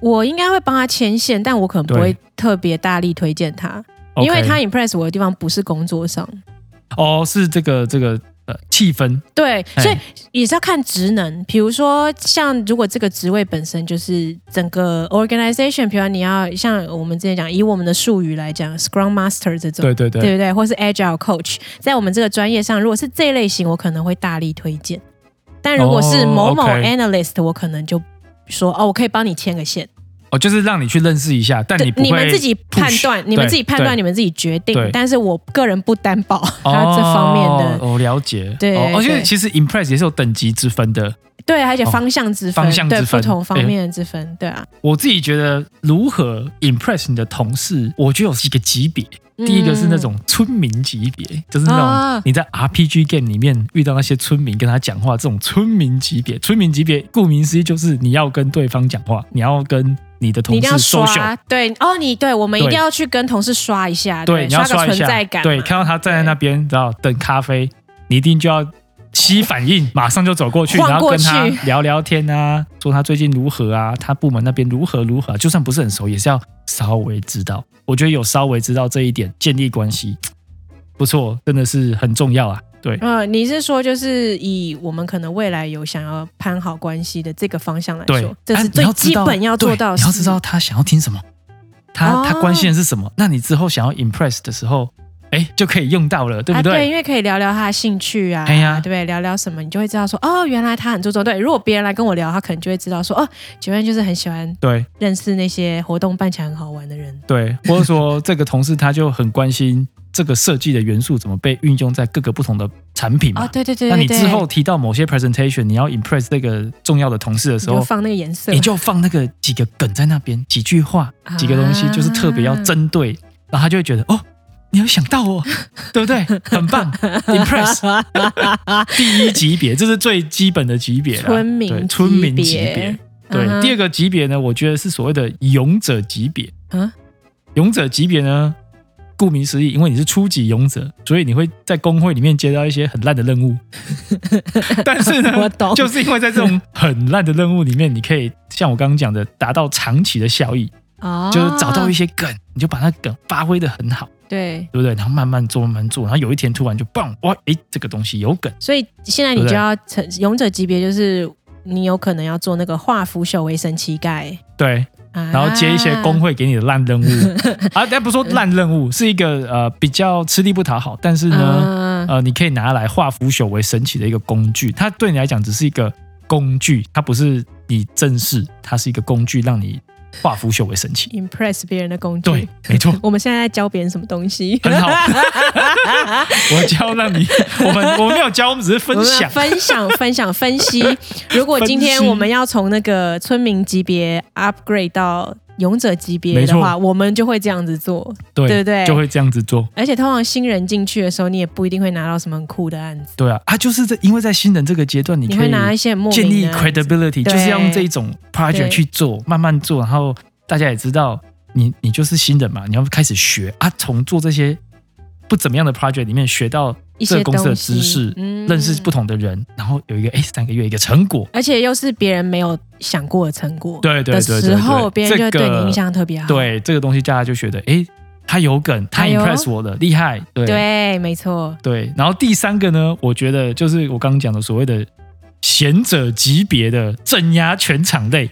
[SPEAKER 2] 我应该会帮他牵线，但我可能不会
[SPEAKER 1] 对
[SPEAKER 2] 特别大力推荐他，因为
[SPEAKER 1] OK
[SPEAKER 2] 他 impress 我的地方不是工作上。
[SPEAKER 1] 哦是这个这个呃气氛，
[SPEAKER 2] 对，
[SPEAKER 1] 哎
[SPEAKER 2] 所以也是要看职能。比如说，像如果这个职位本身就是整个 organization，比如你要像我们之前讲，以我们的术语来讲，Scrum Master 这种，
[SPEAKER 1] 对对对，
[SPEAKER 2] 对不对？或是 Agile Coach，在我们这个专业上，如果是这一类型，我可能会大力推荐。但如果是
[SPEAKER 1] 哦
[SPEAKER 2] 某某
[SPEAKER 1] OK
[SPEAKER 2] analyst，、我可能就说哦，我可以帮你牵个线。
[SPEAKER 1] 哦就是让你去认识一下，但你不会
[SPEAKER 2] 们自己判
[SPEAKER 1] push
[SPEAKER 2] 断，你们
[SPEAKER 1] 对
[SPEAKER 2] 自己判断，
[SPEAKER 1] 对
[SPEAKER 2] 你们自己决定
[SPEAKER 1] 对。
[SPEAKER 2] 但是我个人不担保他这方面的，
[SPEAKER 1] 哦，我了解，
[SPEAKER 2] 对
[SPEAKER 1] 哦而且
[SPEAKER 2] 对
[SPEAKER 1] 其实 impress 也是有等级之分的。
[SPEAKER 2] 对，而且
[SPEAKER 1] 哦
[SPEAKER 2] 方向之分，
[SPEAKER 1] 方向
[SPEAKER 2] 对
[SPEAKER 1] 之分
[SPEAKER 2] 不同
[SPEAKER 1] 哎
[SPEAKER 2] 方面之分，对啊。
[SPEAKER 1] 我自己觉得如何 impress 你的同事，我觉得有几个级别。
[SPEAKER 2] 嗯
[SPEAKER 1] 第一个是那种村民级别，就是那种
[SPEAKER 2] 啊
[SPEAKER 1] 你在 RPG game 里面遇到那些村民跟他讲话，这种村民级别。村民级别顾名思义就是你要跟对方讲话，你要跟你的
[SPEAKER 2] 你
[SPEAKER 1] 同
[SPEAKER 2] 一定
[SPEAKER 1] 事
[SPEAKER 2] 要
[SPEAKER 1] social，
[SPEAKER 2] 刷，对哦，你对我们一
[SPEAKER 1] 对
[SPEAKER 2] 定要去跟同事刷一下，
[SPEAKER 1] 对，你要
[SPEAKER 2] 啊刷
[SPEAKER 1] 刷
[SPEAKER 2] 个
[SPEAKER 1] 一
[SPEAKER 2] 存
[SPEAKER 1] 下
[SPEAKER 2] 在，感嘛，
[SPEAKER 1] 对，看到他站在那边，然后等咖啡，你一定就要。吸反应，马上就走过去，
[SPEAKER 2] 晃
[SPEAKER 1] 然后
[SPEAKER 2] 过
[SPEAKER 1] 跟他
[SPEAKER 2] 去
[SPEAKER 1] 聊聊天啊，说他最近如何啊，他部门那边如何如何啊、就算不是很熟，也是要稍微知道。我觉得有稍微知道这一点，建立关系，不错，真的是很重要啊。对，
[SPEAKER 2] 呃，你是说就是以我们可能未来有想要攀好关系的这个方向来
[SPEAKER 1] 对
[SPEAKER 2] 说，，这是
[SPEAKER 1] 但
[SPEAKER 2] 最
[SPEAKER 1] 你知
[SPEAKER 2] 基
[SPEAKER 1] 道
[SPEAKER 2] 本要做
[SPEAKER 1] 对
[SPEAKER 2] 到的哦
[SPEAKER 1] 你
[SPEAKER 2] 事。
[SPEAKER 1] 要知道他想要听什么，他、他关心的是什么，那你之后想要 impress 的时候，哎，就可以用到了，对不
[SPEAKER 2] 啊？对，
[SPEAKER 1] 对？
[SPEAKER 2] 因为可以聊聊他的兴趣啊，
[SPEAKER 1] 哎呀
[SPEAKER 2] 对不对？聊聊什么，你就会知道说，哦，原来他很注重。对，如果别人来跟我聊，他可能就会知道说，哦，九院就是很喜欢
[SPEAKER 1] 对
[SPEAKER 2] 认识那些活动办起来很好玩的人。
[SPEAKER 1] 对，或者说这个同事他就很关心这个设计的元素怎么被运用在各个不同的产品嘛。
[SPEAKER 2] 哦，对对对
[SPEAKER 1] 那
[SPEAKER 2] 对
[SPEAKER 1] 你
[SPEAKER 2] 对，
[SPEAKER 1] 之后提到某些 presentation，你要 impress 这个重要的同事的
[SPEAKER 2] 你
[SPEAKER 1] 时
[SPEAKER 2] 就
[SPEAKER 1] 候，
[SPEAKER 2] 放那个颜色，啊
[SPEAKER 1] 你就放那个几个梗在那边，几句话、几个东西，就是特别要针对，然后他就会觉得哦，你有想到
[SPEAKER 2] *laughs*
[SPEAKER 1] 哦，对不对？很棒，impress 第一级别，这是最基本的级别啦，
[SPEAKER 2] 村民
[SPEAKER 1] 对村民级
[SPEAKER 2] 级
[SPEAKER 1] 别
[SPEAKER 2] 别。
[SPEAKER 1] 对，
[SPEAKER 2] 嗯哼
[SPEAKER 1] 第二个级别呢，我觉得是所谓的勇者级别。
[SPEAKER 2] 嗯
[SPEAKER 1] 勇者级别呢，顾名思义，因为你是初级勇者，所以你会在工会里面接到一些很烂的
[SPEAKER 2] *laughs*
[SPEAKER 1] 任务。但是呢，
[SPEAKER 2] 我懂
[SPEAKER 1] 就是因为在这种 *laughs* 很烂的任务里面，你可以像我刚刚讲的，达到长期的效益，
[SPEAKER 2] 哦，
[SPEAKER 1] 就是找到一些梗，你就把那梗发挥的很好，
[SPEAKER 2] 对。
[SPEAKER 1] 对不对？然后慢慢做，慢慢做，然后有一天突然就棒，哇，诶，这个东西有梗。
[SPEAKER 2] 所以现在你
[SPEAKER 1] 对不对
[SPEAKER 2] 就要成勇者级别，就是你有可能要做那个化腐朽为神奇盖，
[SPEAKER 1] 对，
[SPEAKER 2] 然
[SPEAKER 1] 然后接一些工会给你的烂任务 *laughs* 啊，但不说烂任务，是一个呃比较吃力不讨好，但是呢，
[SPEAKER 2] 嗯
[SPEAKER 1] 呃，你可以拿来化腐朽为神奇的一个工具。它对你来讲只是一个工具，它不是你正式，它是一个工具，让你化腐朽为神奇。
[SPEAKER 2] impress 别人的工具。
[SPEAKER 1] 对，没错，
[SPEAKER 2] 我们现在在教别人什么
[SPEAKER 1] *laughs*
[SPEAKER 2] 东西？
[SPEAKER 1] 很好。我教让你，我们我们没有教，我们只是分
[SPEAKER 2] 我们要
[SPEAKER 1] 享。
[SPEAKER 2] 分享、
[SPEAKER 1] *laughs*
[SPEAKER 2] 分享、分析。如果今天
[SPEAKER 1] 分析
[SPEAKER 2] 我们要从那个村民级别 upgrade 到勇者级别
[SPEAKER 1] 没
[SPEAKER 2] 的
[SPEAKER 1] 错
[SPEAKER 2] 话，我们就会这样子做。
[SPEAKER 1] 对
[SPEAKER 2] 对不对
[SPEAKER 1] 就会这样子做。
[SPEAKER 2] 而且通常新人进去的时候，你也不一定会拿到什么很酷的案子，
[SPEAKER 1] 对啊，啊，就是这，因为在新人这个阶段，你
[SPEAKER 2] 你
[SPEAKER 1] 可
[SPEAKER 2] 会
[SPEAKER 1] 以
[SPEAKER 2] 拿一些很莫
[SPEAKER 1] 建
[SPEAKER 2] 名
[SPEAKER 1] 立
[SPEAKER 2] 的案子。
[SPEAKER 1] credibility，
[SPEAKER 2] 对
[SPEAKER 1] 就是要用这一种 project
[SPEAKER 2] 对
[SPEAKER 1] 去做，慢慢做，然后大家也知道你你就是新人嘛，你要开始学啊，从做这些不怎么样的 project 里面学到
[SPEAKER 2] 一
[SPEAKER 1] 这
[SPEAKER 2] 些
[SPEAKER 1] 个公司的
[SPEAKER 2] 东西
[SPEAKER 1] 知识，
[SPEAKER 2] 嗯
[SPEAKER 1] 认识不同的人，然后有一个哎三个月一个成果。
[SPEAKER 2] 而且又是别人没有想过的成果
[SPEAKER 1] 对对
[SPEAKER 2] 的
[SPEAKER 1] 对对
[SPEAKER 2] 时
[SPEAKER 1] 对
[SPEAKER 2] 候，别人就会
[SPEAKER 1] 这
[SPEAKER 2] 对
[SPEAKER 1] 个
[SPEAKER 2] 你印象特别好。
[SPEAKER 1] 对这个东西，大家就觉得哎，他有梗，他
[SPEAKER 2] 啊哎呦
[SPEAKER 1] impress 我的，厉害。对
[SPEAKER 2] 对，没错，
[SPEAKER 1] 对，然后第三个呢，我觉得就是我刚刚讲的所谓的贤者级别的镇压全场类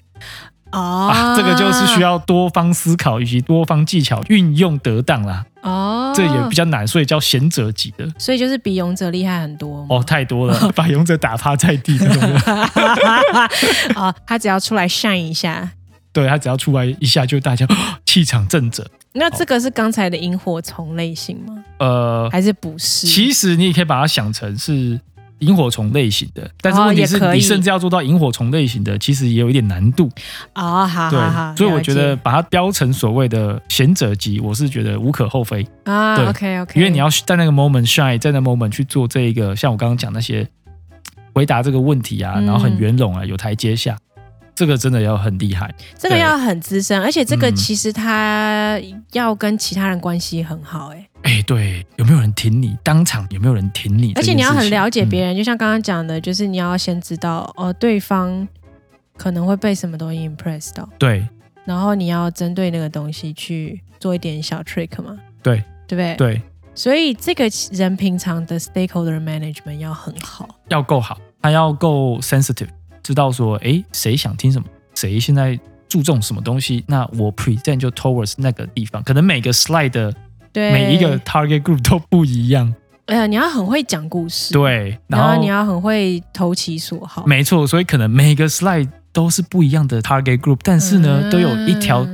[SPEAKER 2] 哦、
[SPEAKER 1] 啊，这个就是需要多方思考以及多方技巧运用得当啦，
[SPEAKER 2] 哦，
[SPEAKER 1] 这也比较难，所以叫贤者级的。
[SPEAKER 2] 所以就是比勇者厉害很多嘛
[SPEAKER 1] 哦，太多了，把勇者打趴在地那种的。
[SPEAKER 2] *laughs* 哦，他只要出来 shine 一下。
[SPEAKER 1] 对他只要出来一下，就大家哦气场震者。
[SPEAKER 2] 那这个是刚才的萤火虫类型吗？
[SPEAKER 1] 呃，
[SPEAKER 2] 还是不是？
[SPEAKER 1] 其实你也可以把它想成是萤火虫类型的，但是
[SPEAKER 2] 哦
[SPEAKER 1] 问题
[SPEAKER 2] 也
[SPEAKER 1] 是，
[SPEAKER 2] 可以
[SPEAKER 1] 你甚至要做到萤火虫类型的，其实也有一点难度。
[SPEAKER 2] 哦，好好好，
[SPEAKER 1] 对，所以我觉得
[SPEAKER 2] 了
[SPEAKER 1] 把它标成所谓的贤者级，我是觉得无可厚非，
[SPEAKER 2] 解啊
[SPEAKER 1] 对
[SPEAKER 2] ，OK OK，
[SPEAKER 1] 因为你要在那个 moment shine，在那 moment 去做这一个，像我刚刚讲那些回答这个问题啊，
[SPEAKER 2] 嗯
[SPEAKER 1] 然后很圆融啊，有台阶下，这个真的要很厉害。
[SPEAKER 2] 这个
[SPEAKER 1] 对
[SPEAKER 2] 要很资深，而且这个
[SPEAKER 1] 嗯
[SPEAKER 2] 其实他要跟其他人关系很好、欸，哎、
[SPEAKER 1] 哎，对，有没有人挺你？当场有没有人挺你？
[SPEAKER 2] 而且你要很了解别
[SPEAKER 1] 人。
[SPEAKER 2] 人，就像刚刚讲的，就是你要先知道哦，对方可能会被什么东西 impress 到，
[SPEAKER 1] 嗯对
[SPEAKER 2] 然后你要针对那个东西去做一点小 trick 嘛，
[SPEAKER 1] 对
[SPEAKER 2] 对不对？。
[SPEAKER 1] 对，
[SPEAKER 2] 所以这个人平常的 stakeholder management 要很好，
[SPEAKER 1] 要够好，他要够 sensitive，知道说，哎，谁想听什么，谁现在注重什么东西，那我 present 就 towards 那个地方。可能每个 slide 的
[SPEAKER 2] 对，
[SPEAKER 1] 每一个，target group 都不一样，
[SPEAKER 2] 呃，你要很会讲故事，，
[SPEAKER 1] 对，
[SPEAKER 2] 然
[SPEAKER 1] 然
[SPEAKER 2] 后
[SPEAKER 1] 后
[SPEAKER 2] 你要很会投其所好，
[SPEAKER 1] 没错，所以可能每个 slide 都是不一样的 target group，但是呢，
[SPEAKER 2] 嗯
[SPEAKER 1] 都有一条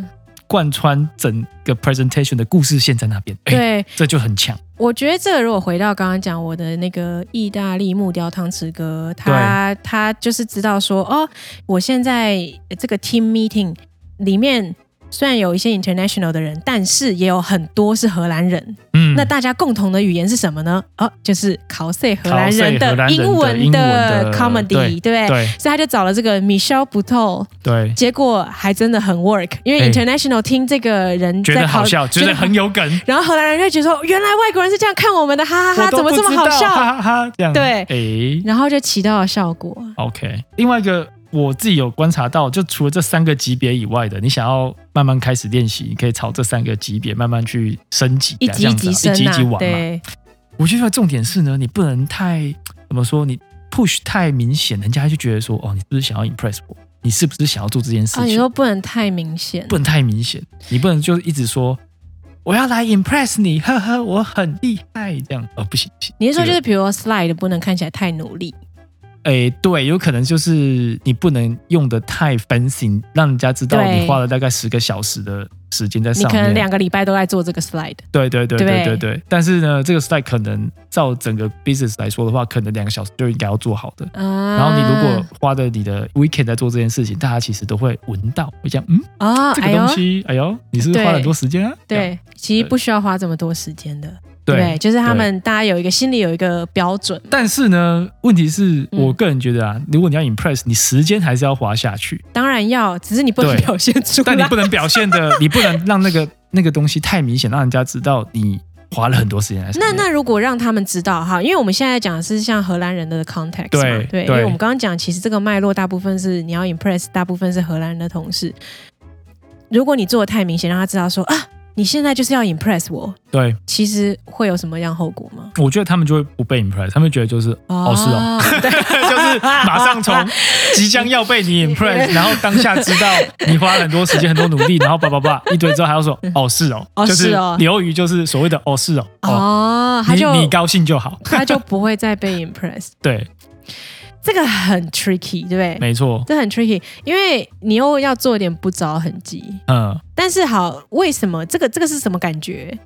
[SPEAKER 1] 贯穿整个 presentation 的故事线在那边，哎，
[SPEAKER 2] 对，
[SPEAKER 1] 这就很强，
[SPEAKER 2] 我觉得这个如果回到刚刚讲我的那个意大利木雕汤匙哥，他他就是知道说哦，我现在这个 team meeting 里面虽然有一些 international 的人，但是也有很多是荷兰人。
[SPEAKER 1] 嗯，
[SPEAKER 2] 那大家共同的语言是什么呢？哦，就是考塞荷兰人
[SPEAKER 1] 考塞荷
[SPEAKER 2] 的
[SPEAKER 1] 兰人的
[SPEAKER 2] 英文
[SPEAKER 1] 英文的
[SPEAKER 2] comedy，
[SPEAKER 1] 对
[SPEAKER 2] 对不对？
[SPEAKER 1] 对
[SPEAKER 2] 所以他就找了这个 Michelle b u t o
[SPEAKER 1] 对，
[SPEAKER 2] 结果还真的很 work，因为
[SPEAKER 1] 哎
[SPEAKER 2] international 听这个人
[SPEAKER 1] 觉
[SPEAKER 2] 在
[SPEAKER 1] 得
[SPEAKER 2] 考
[SPEAKER 1] 好笑，觉得很有梗，
[SPEAKER 2] 然后荷兰人就觉得说，原来外国人是这样看我们的， *laughs* 哈哈
[SPEAKER 1] 我
[SPEAKER 2] 哈，
[SPEAKER 1] 都
[SPEAKER 2] 怎么
[SPEAKER 1] 不
[SPEAKER 2] 这么
[SPEAKER 1] 知
[SPEAKER 2] 好
[SPEAKER 1] 道啊
[SPEAKER 2] 笑？
[SPEAKER 1] 哈哈哈，这样，
[SPEAKER 2] 对
[SPEAKER 1] 哎，
[SPEAKER 2] 然后就起到了效果。
[SPEAKER 1] OK，另外一个我自己有观察到，就除了这三个级别以外的，你想要慢慢开始练习，你可以朝这三个级别慢慢去升级啊，
[SPEAKER 2] 一级
[SPEAKER 1] 这
[SPEAKER 2] 一
[SPEAKER 1] 样子
[SPEAKER 2] 级
[SPEAKER 1] 啊
[SPEAKER 2] 升
[SPEAKER 1] 一级一
[SPEAKER 2] 啊
[SPEAKER 1] 级，玩嘛。
[SPEAKER 2] 对，
[SPEAKER 1] 我觉得重点是呢，你不能太怎么说，你 push 太明显，人家就觉得说，哦，你是不是想要 impress 我？你是不是想要做这件事
[SPEAKER 2] 啊，你
[SPEAKER 1] 情？
[SPEAKER 2] 说不能太明显
[SPEAKER 1] 不能太明显，你不能就一直说我要来 impress 你，呵呵，我很厉害，这样哦，不行不行。
[SPEAKER 2] 你是说
[SPEAKER 1] 这
[SPEAKER 2] 就
[SPEAKER 1] 个
[SPEAKER 2] 是比如说 slide 不能看起来太努力
[SPEAKER 1] 诶，对，有可能就是你不能用的太 fancy，让人家知道
[SPEAKER 2] 对
[SPEAKER 1] 你花了大概十个小时的时间在
[SPEAKER 2] 你
[SPEAKER 1] 上
[SPEAKER 2] 可能
[SPEAKER 1] 面。
[SPEAKER 2] 两个礼拜都在做这个 slide，
[SPEAKER 1] 对对对
[SPEAKER 2] 对
[SPEAKER 1] 对对对。但是呢，这个 slide 可能照整个 business 来说的话，可能两个小时就应该要做好的。
[SPEAKER 2] 啊，
[SPEAKER 1] 然后你如果花的你的 weekend 在做这件事情，大家其实都会闻到，会讲嗯，
[SPEAKER 2] 啊，
[SPEAKER 1] 这
[SPEAKER 2] 哎
[SPEAKER 1] 个
[SPEAKER 2] 呦
[SPEAKER 1] 东，西，哎呦，你是不是花了很多时间啊？这样
[SPEAKER 2] 对，其实不需要花这么多时间的，
[SPEAKER 1] 对
[SPEAKER 2] 对，就是他们大家有一个心里有一个标准，
[SPEAKER 1] 但是呢，问题是
[SPEAKER 2] 嗯
[SPEAKER 1] 我个人觉得啊，如果你要 impress，你时间还是要花下去。
[SPEAKER 2] *laughs* 当然要，只是你不能
[SPEAKER 1] 对
[SPEAKER 2] 表现出
[SPEAKER 1] 但你
[SPEAKER 2] 来
[SPEAKER 1] 不。能表现的， *laughs* 你不能让那个那个东西太明显，让人家知道你花了很多时间在上
[SPEAKER 2] *laughs* 那
[SPEAKER 1] 面。
[SPEAKER 2] 那如果让他们知道哈，因为我们现在讲的是像荷兰人的 context
[SPEAKER 1] 对
[SPEAKER 2] 嘛，对，
[SPEAKER 1] 对
[SPEAKER 2] 因为我们刚刚讲，其实这个脉络大部分是你要 impress，大部分是荷兰人的同事。如果你做的太明显，让他知道说啊，你现在就是要 impress 我，
[SPEAKER 1] 对，
[SPEAKER 2] 其实会有什么样后果吗？
[SPEAKER 1] 我觉得他们就会不被 impress，他们觉得就是哦是哦，
[SPEAKER 2] 对
[SPEAKER 1] 就是马上从即将要被你 impress，然后当下知道你花了很多时间、很多努力，然后叭叭叭一堆之后，还要说哦是哦，
[SPEAKER 2] 哦
[SPEAKER 1] 就是
[SPEAKER 2] 哦
[SPEAKER 1] 流于就是所谓的哦 *laughs* 是哦，哦，
[SPEAKER 2] 哦，他
[SPEAKER 1] 你
[SPEAKER 2] 就
[SPEAKER 1] 你高兴就好，
[SPEAKER 2] *laughs* 他就不会再被 impress，
[SPEAKER 1] 对，
[SPEAKER 2] 这个很 tricky，对不对？
[SPEAKER 1] 没错，
[SPEAKER 2] 这很 tricky，因为你又要做点不着痕迹。
[SPEAKER 1] 嗯。
[SPEAKER 2] 但是好，为什么这个这个是什么感觉？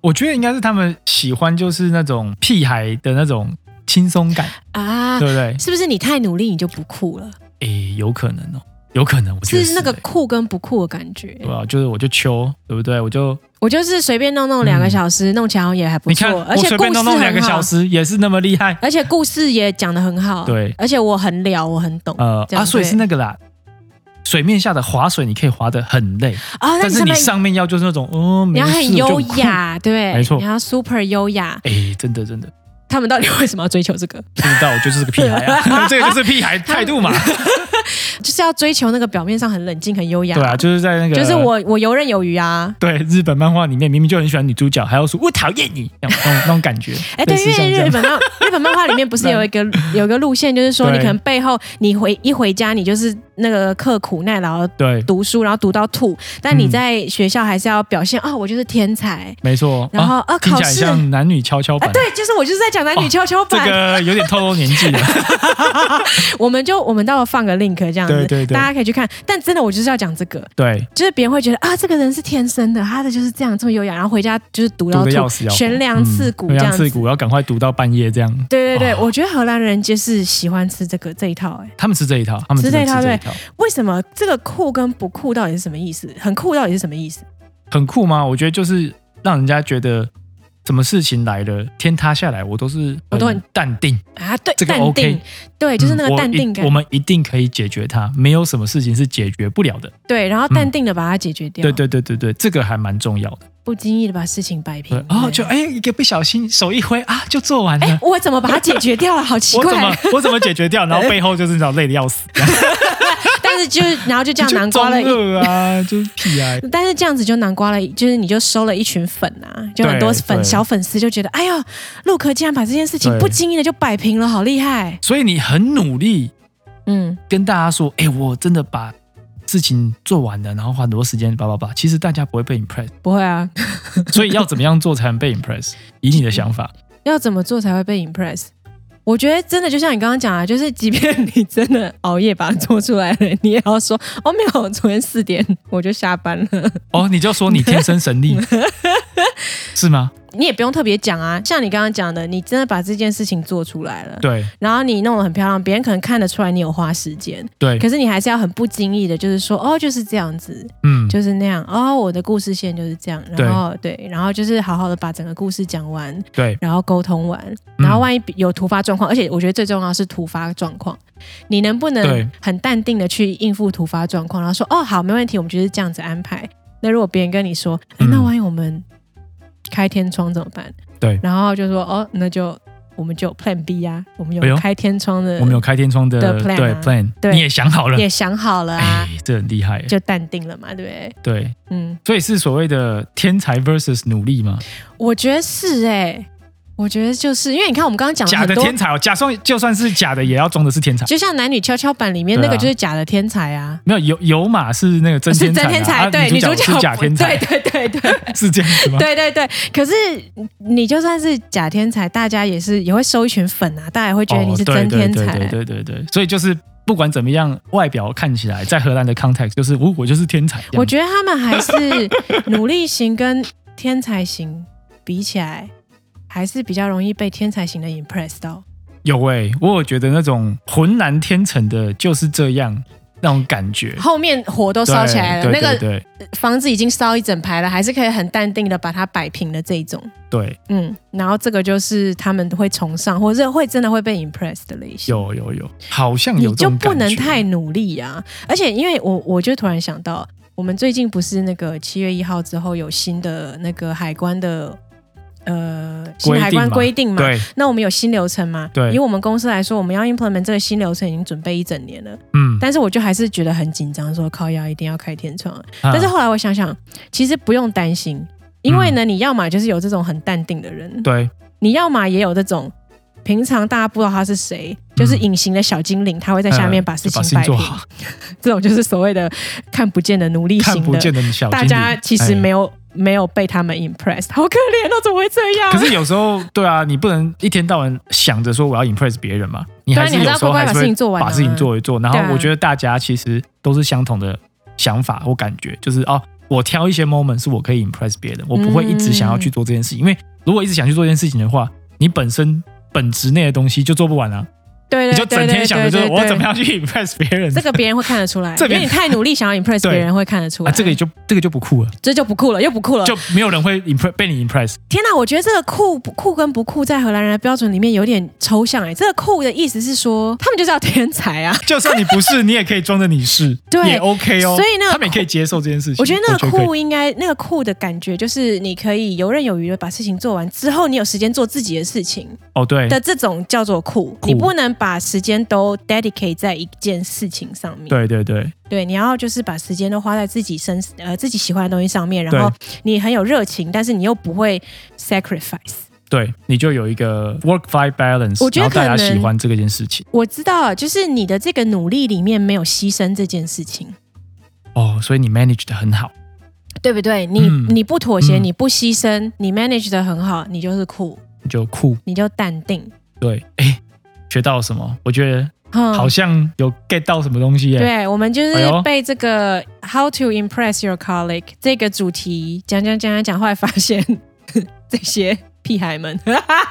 [SPEAKER 1] 我觉得应该是他们喜欢就是那种屁孩的那种轻松感，
[SPEAKER 2] 啊
[SPEAKER 1] 对，不对？
[SPEAKER 2] 是不是你太努力你就不酷了？
[SPEAKER 1] 诶，有可能哦，有可能，我觉得
[SPEAKER 2] 是那个
[SPEAKER 1] 欸
[SPEAKER 2] 酷跟不酷的感觉。
[SPEAKER 1] 对啊，就是我就秋，对不对？我就
[SPEAKER 2] 我就是随便弄弄两个小时，弄起来好像也还不
[SPEAKER 1] 你看，
[SPEAKER 2] 错，而
[SPEAKER 1] 我
[SPEAKER 2] 且
[SPEAKER 1] 随
[SPEAKER 2] 故
[SPEAKER 1] 便
[SPEAKER 2] 事
[SPEAKER 1] 弄弄两个
[SPEAKER 2] 很
[SPEAKER 1] 小
[SPEAKER 2] 好，
[SPEAKER 1] 时也是那么厉害。
[SPEAKER 2] 而且故事也讲得很好，
[SPEAKER 1] 对
[SPEAKER 2] 而且我很了，我很懂，
[SPEAKER 1] 呃
[SPEAKER 2] 这样
[SPEAKER 1] 啊，所以
[SPEAKER 2] 对
[SPEAKER 1] 是那个啦，水面下的划水，你可以划得很累，
[SPEAKER 2] 哦，那
[SPEAKER 1] 但
[SPEAKER 2] 你
[SPEAKER 1] 是
[SPEAKER 2] 上
[SPEAKER 1] 你
[SPEAKER 2] 面
[SPEAKER 1] 上面要就是那种哦，
[SPEAKER 2] 你
[SPEAKER 1] 没
[SPEAKER 2] 要
[SPEAKER 1] 事
[SPEAKER 2] 很优。
[SPEAKER 1] 就很酷
[SPEAKER 2] 雅，对，
[SPEAKER 1] 没错
[SPEAKER 2] 你要 super 优雅。
[SPEAKER 1] *laughs* 哎，真的真的
[SPEAKER 2] 他们到底为什么要追求这个？
[SPEAKER 1] 不知道，我就是个屁孩啊，*laughs*
[SPEAKER 2] *laughs*
[SPEAKER 1] 这个就是屁孩态度嘛。
[SPEAKER 2] 就是要追求那个表面上很冷静、很优雅。
[SPEAKER 1] 对啊，就是在那个
[SPEAKER 2] 就是我我游刃有余啊。
[SPEAKER 1] 对日本漫画里面明明就很喜欢女主角，还要说我讨厌你，这样那种那种感觉。
[SPEAKER 2] 哎，对，
[SPEAKER 1] 类
[SPEAKER 2] 因
[SPEAKER 1] 似像这
[SPEAKER 2] 为
[SPEAKER 1] 样
[SPEAKER 2] 日本漫 *laughs* 日本漫画里面不是有一个有一个路线，就是说
[SPEAKER 1] 对
[SPEAKER 2] 你可能背后你回一回家，你就是那个刻苦耐劳地
[SPEAKER 1] 对，
[SPEAKER 2] 读书，然后读到吐，但你
[SPEAKER 1] 嗯
[SPEAKER 2] 在学校还是要表现哦，我就是天才。
[SPEAKER 1] 没错。
[SPEAKER 2] 然后
[SPEAKER 1] 啊
[SPEAKER 2] 啊
[SPEAKER 1] 听起来
[SPEAKER 2] 考试啊
[SPEAKER 1] 像男女跷跷板，
[SPEAKER 2] 对，就是我就是在讲男女
[SPEAKER 1] 哦
[SPEAKER 2] 跷跷
[SPEAKER 1] *laughs* 这
[SPEAKER 2] 板，
[SPEAKER 1] 个有点透露年纪了。啊
[SPEAKER 2] *laughs* 我们就我们到时候放个 link 这样子，
[SPEAKER 1] 对对对
[SPEAKER 2] 大家可以去看。但真的，我就是要讲这个，
[SPEAKER 1] 对，
[SPEAKER 2] 就是别人会觉得啊，这个人是天生的，他的就是这样这么优雅，然后回家就是读到
[SPEAKER 1] 读的
[SPEAKER 2] 吐
[SPEAKER 1] 要死要活，
[SPEAKER 2] 悬梁刺股
[SPEAKER 1] 嗯
[SPEAKER 2] 这
[SPEAKER 1] 悬梁
[SPEAKER 2] 样
[SPEAKER 1] 刺哦
[SPEAKER 2] 子。
[SPEAKER 1] 股，要赶快读到半夜这样。
[SPEAKER 2] 对对对，
[SPEAKER 1] 哇
[SPEAKER 2] 我觉得荷兰人就是喜欢吃这个这一套、哎，
[SPEAKER 1] 他们吃这一套，他们
[SPEAKER 2] 吃
[SPEAKER 1] 真的
[SPEAKER 2] 这一套
[SPEAKER 1] 吃这一套，
[SPEAKER 2] 为什么这个酷跟不酷到底是什么意思？很酷到底是什么意思？
[SPEAKER 1] 很酷吗？我觉得就是让人家觉得什么事情来了，天塌下来，我都是
[SPEAKER 2] 我都很
[SPEAKER 1] 淡定，
[SPEAKER 2] 啊，对，
[SPEAKER 1] 这个
[SPEAKER 2] 淡
[SPEAKER 1] OK
[SPEAKER 2] 定对，就是那
[SPEAKER 1] 嗯
[SPEAKER 2] 个淡定感，
[SPEAKER 1] 我一，我们一定可以解决它，没有什么事情是解决不了的。
[SPEAKER 2] 对，然后淡定的把它解决掉，
[SPEAKER 1] 嗯对，对对对对，这个还蛮重要的。
[SPEAKER 2] 不经意的把事情摆平
[SPEAKER 1] 对，，哦，
[SPEAKER 2] 对
[SPEAKER 1] 就哎一个不小心手一挥啊，就做完
[SPEAKER 2] 哎、
[SPEAKER 1] 了。
[SPEAKER 2] 我怎么把它解决掉
[SPEAKER 1] *laughs*
[SPEAKER 2] 了？好奇
[SPEAKER 1] 我怎么
[SPEAKER 2] 怪，
[SPEAKER 1] 我怎么解决掉？然后背后就是你知道累的要死，
[SPEAKER 2] 但是就是然后
[SPEAKER 1] *laughs*
[SPEAKER 2] 就这样
[SPEAKER 1] 就
[SPEAKER 2] 南瓜了
[SPEAKER 1] 中
[SPEAKER 2] 一。
[SPEAKER 1] 二啊，就是屁啊，
[SPEAKER 2] 但是这样子就南瓜了，就是你就收了一群粉啊，就很多
[SPEAKER 1] 对对
[SPEAKER 2] 粉小粉丝就觉得，哎呀，陆可竟然把这件事情
[SPEAKER 1] 对
[SPEAKER 2] 不经意的就摆平了，好厉害！
[SPEAKER 1] 所以你很努力，
[SPEAKER 2] 嗯，
[SPEAKER 1] 跟大家说，哎、我真的把事情做完了，然后花很多时间，叭叭叭。其实大家不会被 impress，
[SPEAKER 2] 不会啊，
[SPEAKER 1] *laughs* 所以要怎么样做才能被 impress？以你的想法，
[SPEAKER 2] 要怎么做才会被 impress？我觉得真的就像你刚刚讲啊，就是即便你真的熬夜把它做出来了，你也要说哦，没有，昨天四点我就下班了。
[SPEAKER 1] 哦，你就说你天生神
[SPEAKER 2] *laughs*
[SPEAKER 1] 力，是吗？
[SPEAKER 2] 你也不用特别讲啊，像你刚刚讲的，你真的把这件事情做出来了，
[SPEAKER 1] 对
[SPEAKER 2] 然后你弄得很漂亮，别人可能看得出来你有花时间，
[SPEAKER 1] 对，
[SPEAKER 2] 可是你还是要很不经意的，就是说哦，就是这样子，
[SPEAKER 1] 嗯，
[SPEAKER 2] 就是那样，哦，我的故事线就是这样，
[SPEAKER 1] 对
[SPEAKER 2] 然后对，然后就是好好的把整个故事讲完，
[SPEAKER 1] 对，
[SPEAKER 2] 然后沟通完，
[SPEAKER 1] 嗯
[SPEAKER 2] 然后万一有突发状况，而且我觉得最重要的是突发状况，你能不
[SPEAKER 1] 对
[SPEAKER 2] 能很淡定的去应付突发状况，然后说哦好，没问题，我们就是这样子安排。那如果别人跟你说，哎
[SPEAKER 1] 嗯
[SPEAKER 2] 那万一我们开天窗怎么办？
[SPEAKER 1] 对
[SPEAKER 2] 然后就说哦，那就我们就有 Plan B 呀、我们
[SPEAKER 1] 哎呦
[SPEAKER 2] 有开天窗的，
[SPEAKER 1] 我们有开天窗的
[SPEAKER 2] 的 plan 啊
[SPEAKER 1] 对 plan，
[SPEAKER 2] 对
[SPEAKER 1] 你也想好了，
[SPEAKER 2] 也想好了啊，
[SPEAKER 1] *laughs* 哎，这很厉害，
[SPEAKER 2] 就淡定了嘛，对不对？
[SPEAKER 1] 对，
[SPEAKER 2] 嗯，
[SPEAKER 1] 所以是所谓的天才 versus 努力吗？
[SPEAKER 2] 我觉得是哎、我觉得就是因为你看我们刚刚讲了
[SPEAKER 1] 假
[SPEAKER 2] 啊很
[SPEAKER 1] 的
[SPEAKER 2] 多
[SPEAKER 1] 天，才哦，假装就算是假的，也要装的是天才。
[SPEAKER 2] 就像男女跷跷板里面、
[SPEAKER 1] 对啊
[SPEAKER 2] 那个就是假的天才啊。
[SPEAKER 1] 没有有有马是那个真
[SPEAKER 2] *laughs* 是
[SPEAKER 1] 天才
[SPEAKER 2] 真
[SPEAKER 1] 啊，
[SPEAKER 2] 天才，
[SPEAKER 1] 啊
[SPEAKER 2] 对，女主
[SPEAKER 1] 角是假
[SPEAKER 2] 不
[SPEAKER 1] 天才，
[SPEAKER 2] 对对对对
[SPEAKER 1] 是这样子吗？
[SPEAKER 2] 对对对。可是你就算是假天才，大家也是也会收一群粉啊，大家也会觉得你是
[SPEAKER 1] 哦对
[SPEAKER 2] 真天才。欸
[SPEAKER 1] 对对对对对对所以就是不管怎么样，外表看起来在荷兰的 context 就是，哦，我就是天才。
[SPEAKER 2] 我觉得他们还是努力型跟天才型比起来，还是比较容易被天才型的 impress 到。
[SPEAKER 1] 得有诶、我有觉得那种浑然天成的就是这样那种感觉。
[SPEAKER 2] 后面火都
[SPEAKER 1] 对
[SPEAKER 2] 烧起来了，
[SPEAKER 1] 对对
[SPEAKER 2] 那个
[SPEAKER 1] 对
[SPEAKER 2] 房子已经烧一整排了，还是可以很淡定的把它摆平的这一种。
[SPEAKER 1] 对，
[SPEAKER 2] 嗯，然后这个就是他们会崇尚，或者会真的会被 impress 的类型。
[SPEAKER 1] 有有有，好像嗯有
[SPEAKER 2] 你
[SPEAKER 1] 这
[SPEAKER 2] 就
[SPEAKER 1] 种
[SPEAKER 2] 不
[SPEAKER 1] 感觉
[SPEAKER 2] 能太努力啊！而且因为我我就突然想到，我们最近不是那个七月一号之后有新的那个海关的呃新的海关规定嘛？
[SPEAKER 1] 对，
[SPEAKER 2] 那我们有新流程嘛？
[SPEAKER 1] 对
[SPEAKER 2] 以我们公司来说，我们要 implement 这个新流程已经准备一整年了，
[SPEAKER 1] 嗯，
[SPEAKER 2] 但是我就还是觉得很紧张，说靠要一定要开天窗啊。
[SPEAKER 1] 啊
[SPEAKER 2] 但是后来我想想，其实不用担心，因为
[SPEAKER 1] 嗯
[SPEAKER 2] 呢，你要么就是有这种很淡定的人，
[SPEAKER 1] 对
[SPEAKER 2] 你要嘛也有这种平常大家不知道他是谁，就是隐形的小精灵，他会在下面把事
[SPEAKER 1] 嗯哎
[SPEAKER 2] 情
[SPEAKER 1] 把事
[SPEAKER 2] 摆
[SPEAKER 1] 情做。
[SPEAKER 2] 平
[SPEAKER 1] 好，
[SPEAKER 2] 这种就是所谓的看不见的奴隶
[SPEAKER 1] 看
[SPEAKER 2] 型
[SPEAKER 1] 不见
[SPEAKER 2] 的，
[SPEAKER 1] 的小
[SPEAKER 2] 大
[SPEAKER 1] 精
[SPEAKER 2] 家
[SPEAKER 1] 灵
[SPEAKER 2] 其实
[SPEAKER 1] 哎
[SPEAKER 2] 没有没有被他们 impressed，好可怜哦，怎么会这样？
[SPEAKER 1] 哎可是有时候，对啊，你不能一天到晚想着说我要 impress 别人嘛，你
[SPEAKER 2] 对啊
[SPEAKER 1] 还是
[SPEAKER 2] 你还
[SPEAKER 1] 有
[SPEAKER 2] 是要
[SPEAKER 1] 时候
[SPEAKER 2] 乖
[SPEAKER 1] 还
[SPEAKER 2] 乖把
[SPEAKER 1] 是
[SPEAKER 2] 事
[SPEAKER 1] 会
[SPEAKER 2] 情做完啊
[SPEAKER 1] 把事情做一做。然
[SPEAKER 2] 对啊
[SPEAKER 1] 后我觉得大家其实都是相同的想法或感觉，就是哦，我挑一些 moment 是我可以 impress 别人，我不会一直想要
[SPEAKER 2] 嗯
[SPEAKER 1] 去做这件事情，因为如果一直想去做这件事情的话，你本身本职内的东西就做不完啊。
[SPEAKER 2] 对
[SPEAKER 1] 你
[SPEAKER 2] 对
[SPEAKER 1] 就整
[SPEAKER 2] 对对
[SPEAKER 1] 天想着
[SPEAKER 2] 对
[SPEAKER 1] 就是
[SPEAKER 2] 对，
[SPEAKER 1] 我
[SPEAKER 2] 对
[SPEAKER 1] 怎么样去 impress 别人
[SPEAKER 2] 这个别人会看得出来，
[SPEAKER 1] 这
[SPEAKER 2] 因
[SPEAKER 1] 边
[SPEAKER 2] 为你太努力想要 impress
[SPEAKER 1] 对
[SPEAKER 2] 别人会看得出
[SPEAKER 1] 啊，
[SPEAKER 2] 来。
[SPEAKER 1] 这个也就这个就不
[SPEAKER 2] *laughs*
[SPEAKER 1] 酷了，
[SPEAKER 2] 这就不酷了，又不酷了。
[SPEAKER 1] 就没有人会 impress 被你 impress。
[SPEAKER 2] 天哪，我觉得这个酷不酷跟不酷在荷兰人的标准里面有点抽象哎。这个酷的意思是说，他们就是要天才啊。
[SPEAKER 1] 就算你不是，你也可以装着你是，
[SPEAKER 2] 对
[SPEAKER 1] 也 OK 哦。
[SPEAKER 2] 所以那个
[SPEAKER 1] 他们也可以接受这件事情。
[SPEAKER 2] 我觉得那个
[SPEAKER 1] 可以
[SPEAKER 2] 酷应该，那个酷的感觉就是你可以游刃有余的把事情做完之后，你有时间做自己的事情
[SPEAKER 1] 哦，对
[SPEAKER 2] 的这种叫做酷。
[SPEAKER 1] 酷
[SPEAKER 2] 你不能把时间都 dedicate 在一件事情上面，
[SPEAKER 1] 对对对，
[SPEAKER 2] 对，你要就是把时间都花在自己身呃自己喜欢的东西上面，然后你很有热情，但是你又不会 sacrifice。
[SPEAKER 1] 对，你就有一个 work life balance，
[SPEAKER 2] 我觉得
[SPEAKER 1] 然后大家
[SPEAKER 2] 可能
[SPEAKER 1] 喜欢这个件事情
[SPEAKER 2] 我知道了，就是你的这个努力里面没有牺牲这件事情，
[SPEAKER 1] 哦，所以你 manage 的很好。
[SPEAKER 2] 对不对？你、
[SPEAKER 1] 嗯
[SPEAKER 2] 你不妥协，
[SPEAKER 1] 嗯
[SPEAKER 2] 你不牺牲，你 manage 的很好，你就是酷，
[SPEAKER 1] 你就酷，
[SPEAKER 2] 你就淡定。
[SPEAKER 1] 对，哎，学到什么？我觉得
[SPEAKER 2] 嗯
[SPEAKER 1] 好像有 get 到什么东西耶。
[SPEAKER 2] 对，我们就是
[SPEAKER 1] 哎呦
[SPEAKER 2] 被这个 “How to impress your colleague” 这个主题讲讲讲讲讲，后来发现 *laughs* 这些屁孩们，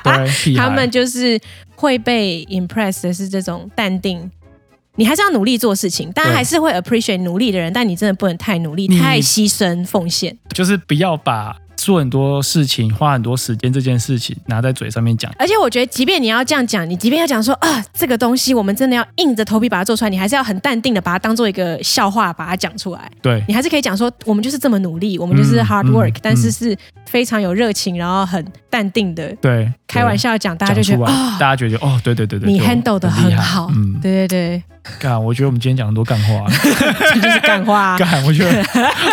[SPEAKER 1] 对，屁孩
[SPEAKER 2] 啊他们就是会被 impress 的是这种淡定。你还是要努力做事情，但
[SPEAKER 1] 对嗯
[SPEAKER 2] 还是会 appreciate 努力的人，但你真的不能太努力、
[SPEAKER 1] 你
[SPEAKER 2] 太牺牲奉献。
[SPEAKER 1] 就是不要把做很多事情、花很多时间这件事情拿在嘴上面讲。
[SPEAKER 2] 而且我觉得，即便你要这样讲，你即便要讲说啊，这个东西我们真的要硬着头皮把它做出来，你还是要很淡定的把它当做一个笑话把它讲出来。
[SPEAKER 1] 对，
[SPEAKER 2] 你还是可以讲说，我们就是这么努力，我们就是
[SPEAKER 1] 嗯
[SPEAKER 2] hard work，、
[SPEAKER 1] 嗯
[SPEAKER 2] 但是
[SPEAKER 1] 嗯
[SPEAKER 2] 是非常有热情，然后很淡定的
[SPEAKER 1] 对，
[SPEAKER 2] 开玩笑讲，大
[SPEAKER 1] 对。
[SPEAKER 2] 家就觉
[SPEAKER 1] 讲
[SPEAKER 2] 得
[SPEAKER 1] 出来
[SPEAKER 2] 啊、
[SPEAKER 1] 大家觉得哦，对对对对，
[SPEAKER 2] 你
[SPEAKER 1] 就
[SPEAKER 2] handle 的
[SPEAKER 1] 很厉
[SPEAKER 2] 很
[SPEAKER 1] 害
[SPEAKER 2] 好，
[SPEAKER 1] 嗯，
[SPEAKER 2] 对对对，
[SPEAKER 1] 干，我觉得我们今天讲很多干
[SPEAKER 2] *laughs*
[SPEAKER 1] 话，
[SPEAKER 2] 这就是干话、
[SPEAKER 1] *laughs*
[SPEAKER 2] 啊。
[SPEAKER 1] 干，我觉得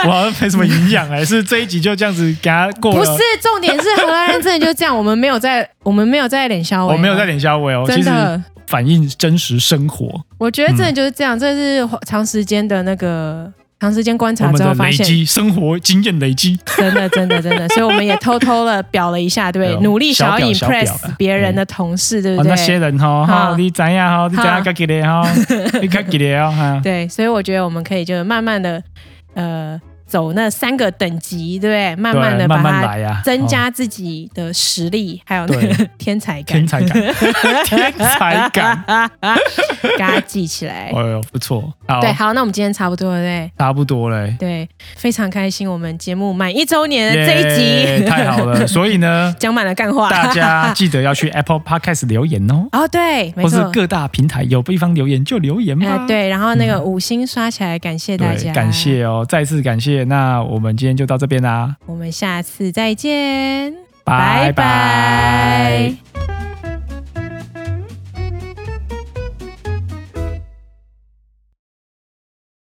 [SPEAKER 1] 我好像没什么营养哎，是这一集就这样子给他过
[SPEAKER 2] 不
[SPEAKER 1] 了。
[SPEAKER 2] 是，重点是荷兰人真的就这样，我们没有在，我们没有在脸消、啊
[SPEAKER 1] 我没有在，脸下尾哦，其
[SPEAKER 2] 真
[SPEAKER 1] 实嗯
[SPEAKER 2] 的，
[SPEAKER 1] 反映真实生活，
[SPEAKER 2] 我觉得真的就是这样，这是长时间的那个长时间观
[SPEAKER 1] 我
[SPEAKER 2] 察
[SPEAKER 1] 们
[SPEAKER 2] 之后
[SPEAKER 1] 的
[SPEAKER 2] 发
[SPEAKER 1] 累
[SPEAKER 2] 现，
[SPEAKER 1] 积，生活经验累积，
[SPEAKER 2] 真的，真的，真的，所以我们也偷偷的表了一下，对不
[SPEAKER 1] 哎呦
[SPEAKER 2] 对，努力想要
[SPEAKER 1] 小表小表嗯
[SPEAKER 2] impress 别人的同事，对不
[SPEAKER 1] 哦
[SPEAKER 2] 对？
[SPEAKER 1] 那些人哈，哈
[SPEAKER 2] 好
[SPEAKER 1] 你怎样哈，你怎样
[SPEAKER 2] 好
[SPEAKER 1] 该给的哈，
[SPEAKER 2] *laughs*
[SPEAKER 1] 你该给的哦哈。
[SPEAKER 2] 对，所以我觉得我们可以就慢慢的，呃，走那三个等级，对不对？慢慢
[SPEAKER 1] 对
[SPEAKER 2] 的把
[SPEAKER 1] 慢慢
[SPEAKER 2] 它
[SPEAKER 1] 来呀，
[SPEAKER 2] 增
[SPEAKER 1] 哦
[SPEAKER 2] 加自己的实力，还有那个
[SPEAKER 1] 对
[SPEAKER 2] 天才感，
[SPEAKER 1] 天才
[SPEAKER 2] *laughs*
[SPEAKER 1] 感，天才感，
[SPEAKER 2] 给它记起来。
[SPEAKER 1] 哎呦，不错，好，
[SPEAKER 2] 对，好，那我们今天差不多了，对
[SPEAKER 1] 差不多嘞。
[SPEAKER 2] 不对，对，非常开心，我们节目满一周年呃的这
[SPEAKER 1] 耶
[SPEAKER 2] 一 *laughs* 集，
[SPEAKER 1] 太好了，所以呢
[SPEAKER 2] 讲满了干话，
[SPEAKER 1] 大家记得要
[SPEAKER 2] *laughs*
[SPEAKER 1] 去 Apple Podcast 留言哦，
[SPEAKER 2] 哦，对，没
[SPEAKER 1] 或是
[SPEAKER 2] 错。
[SPEAKER 1] 各大平台有地方留言就留言吧
[SPEAKER 2] 呃，。对，然后那个五星刷起来，感谢大
[SPEAKER 1] 嗯对，
[SPEAKER 2] 家，
[SPEAKER 1] 感，谢哦，再次感谢。那我们今天就到这边啦，
[SPEAKER 2] 我们下次再见，
[SPEAKER 1] 拜拜。
[SPEAKER 2] 拜拜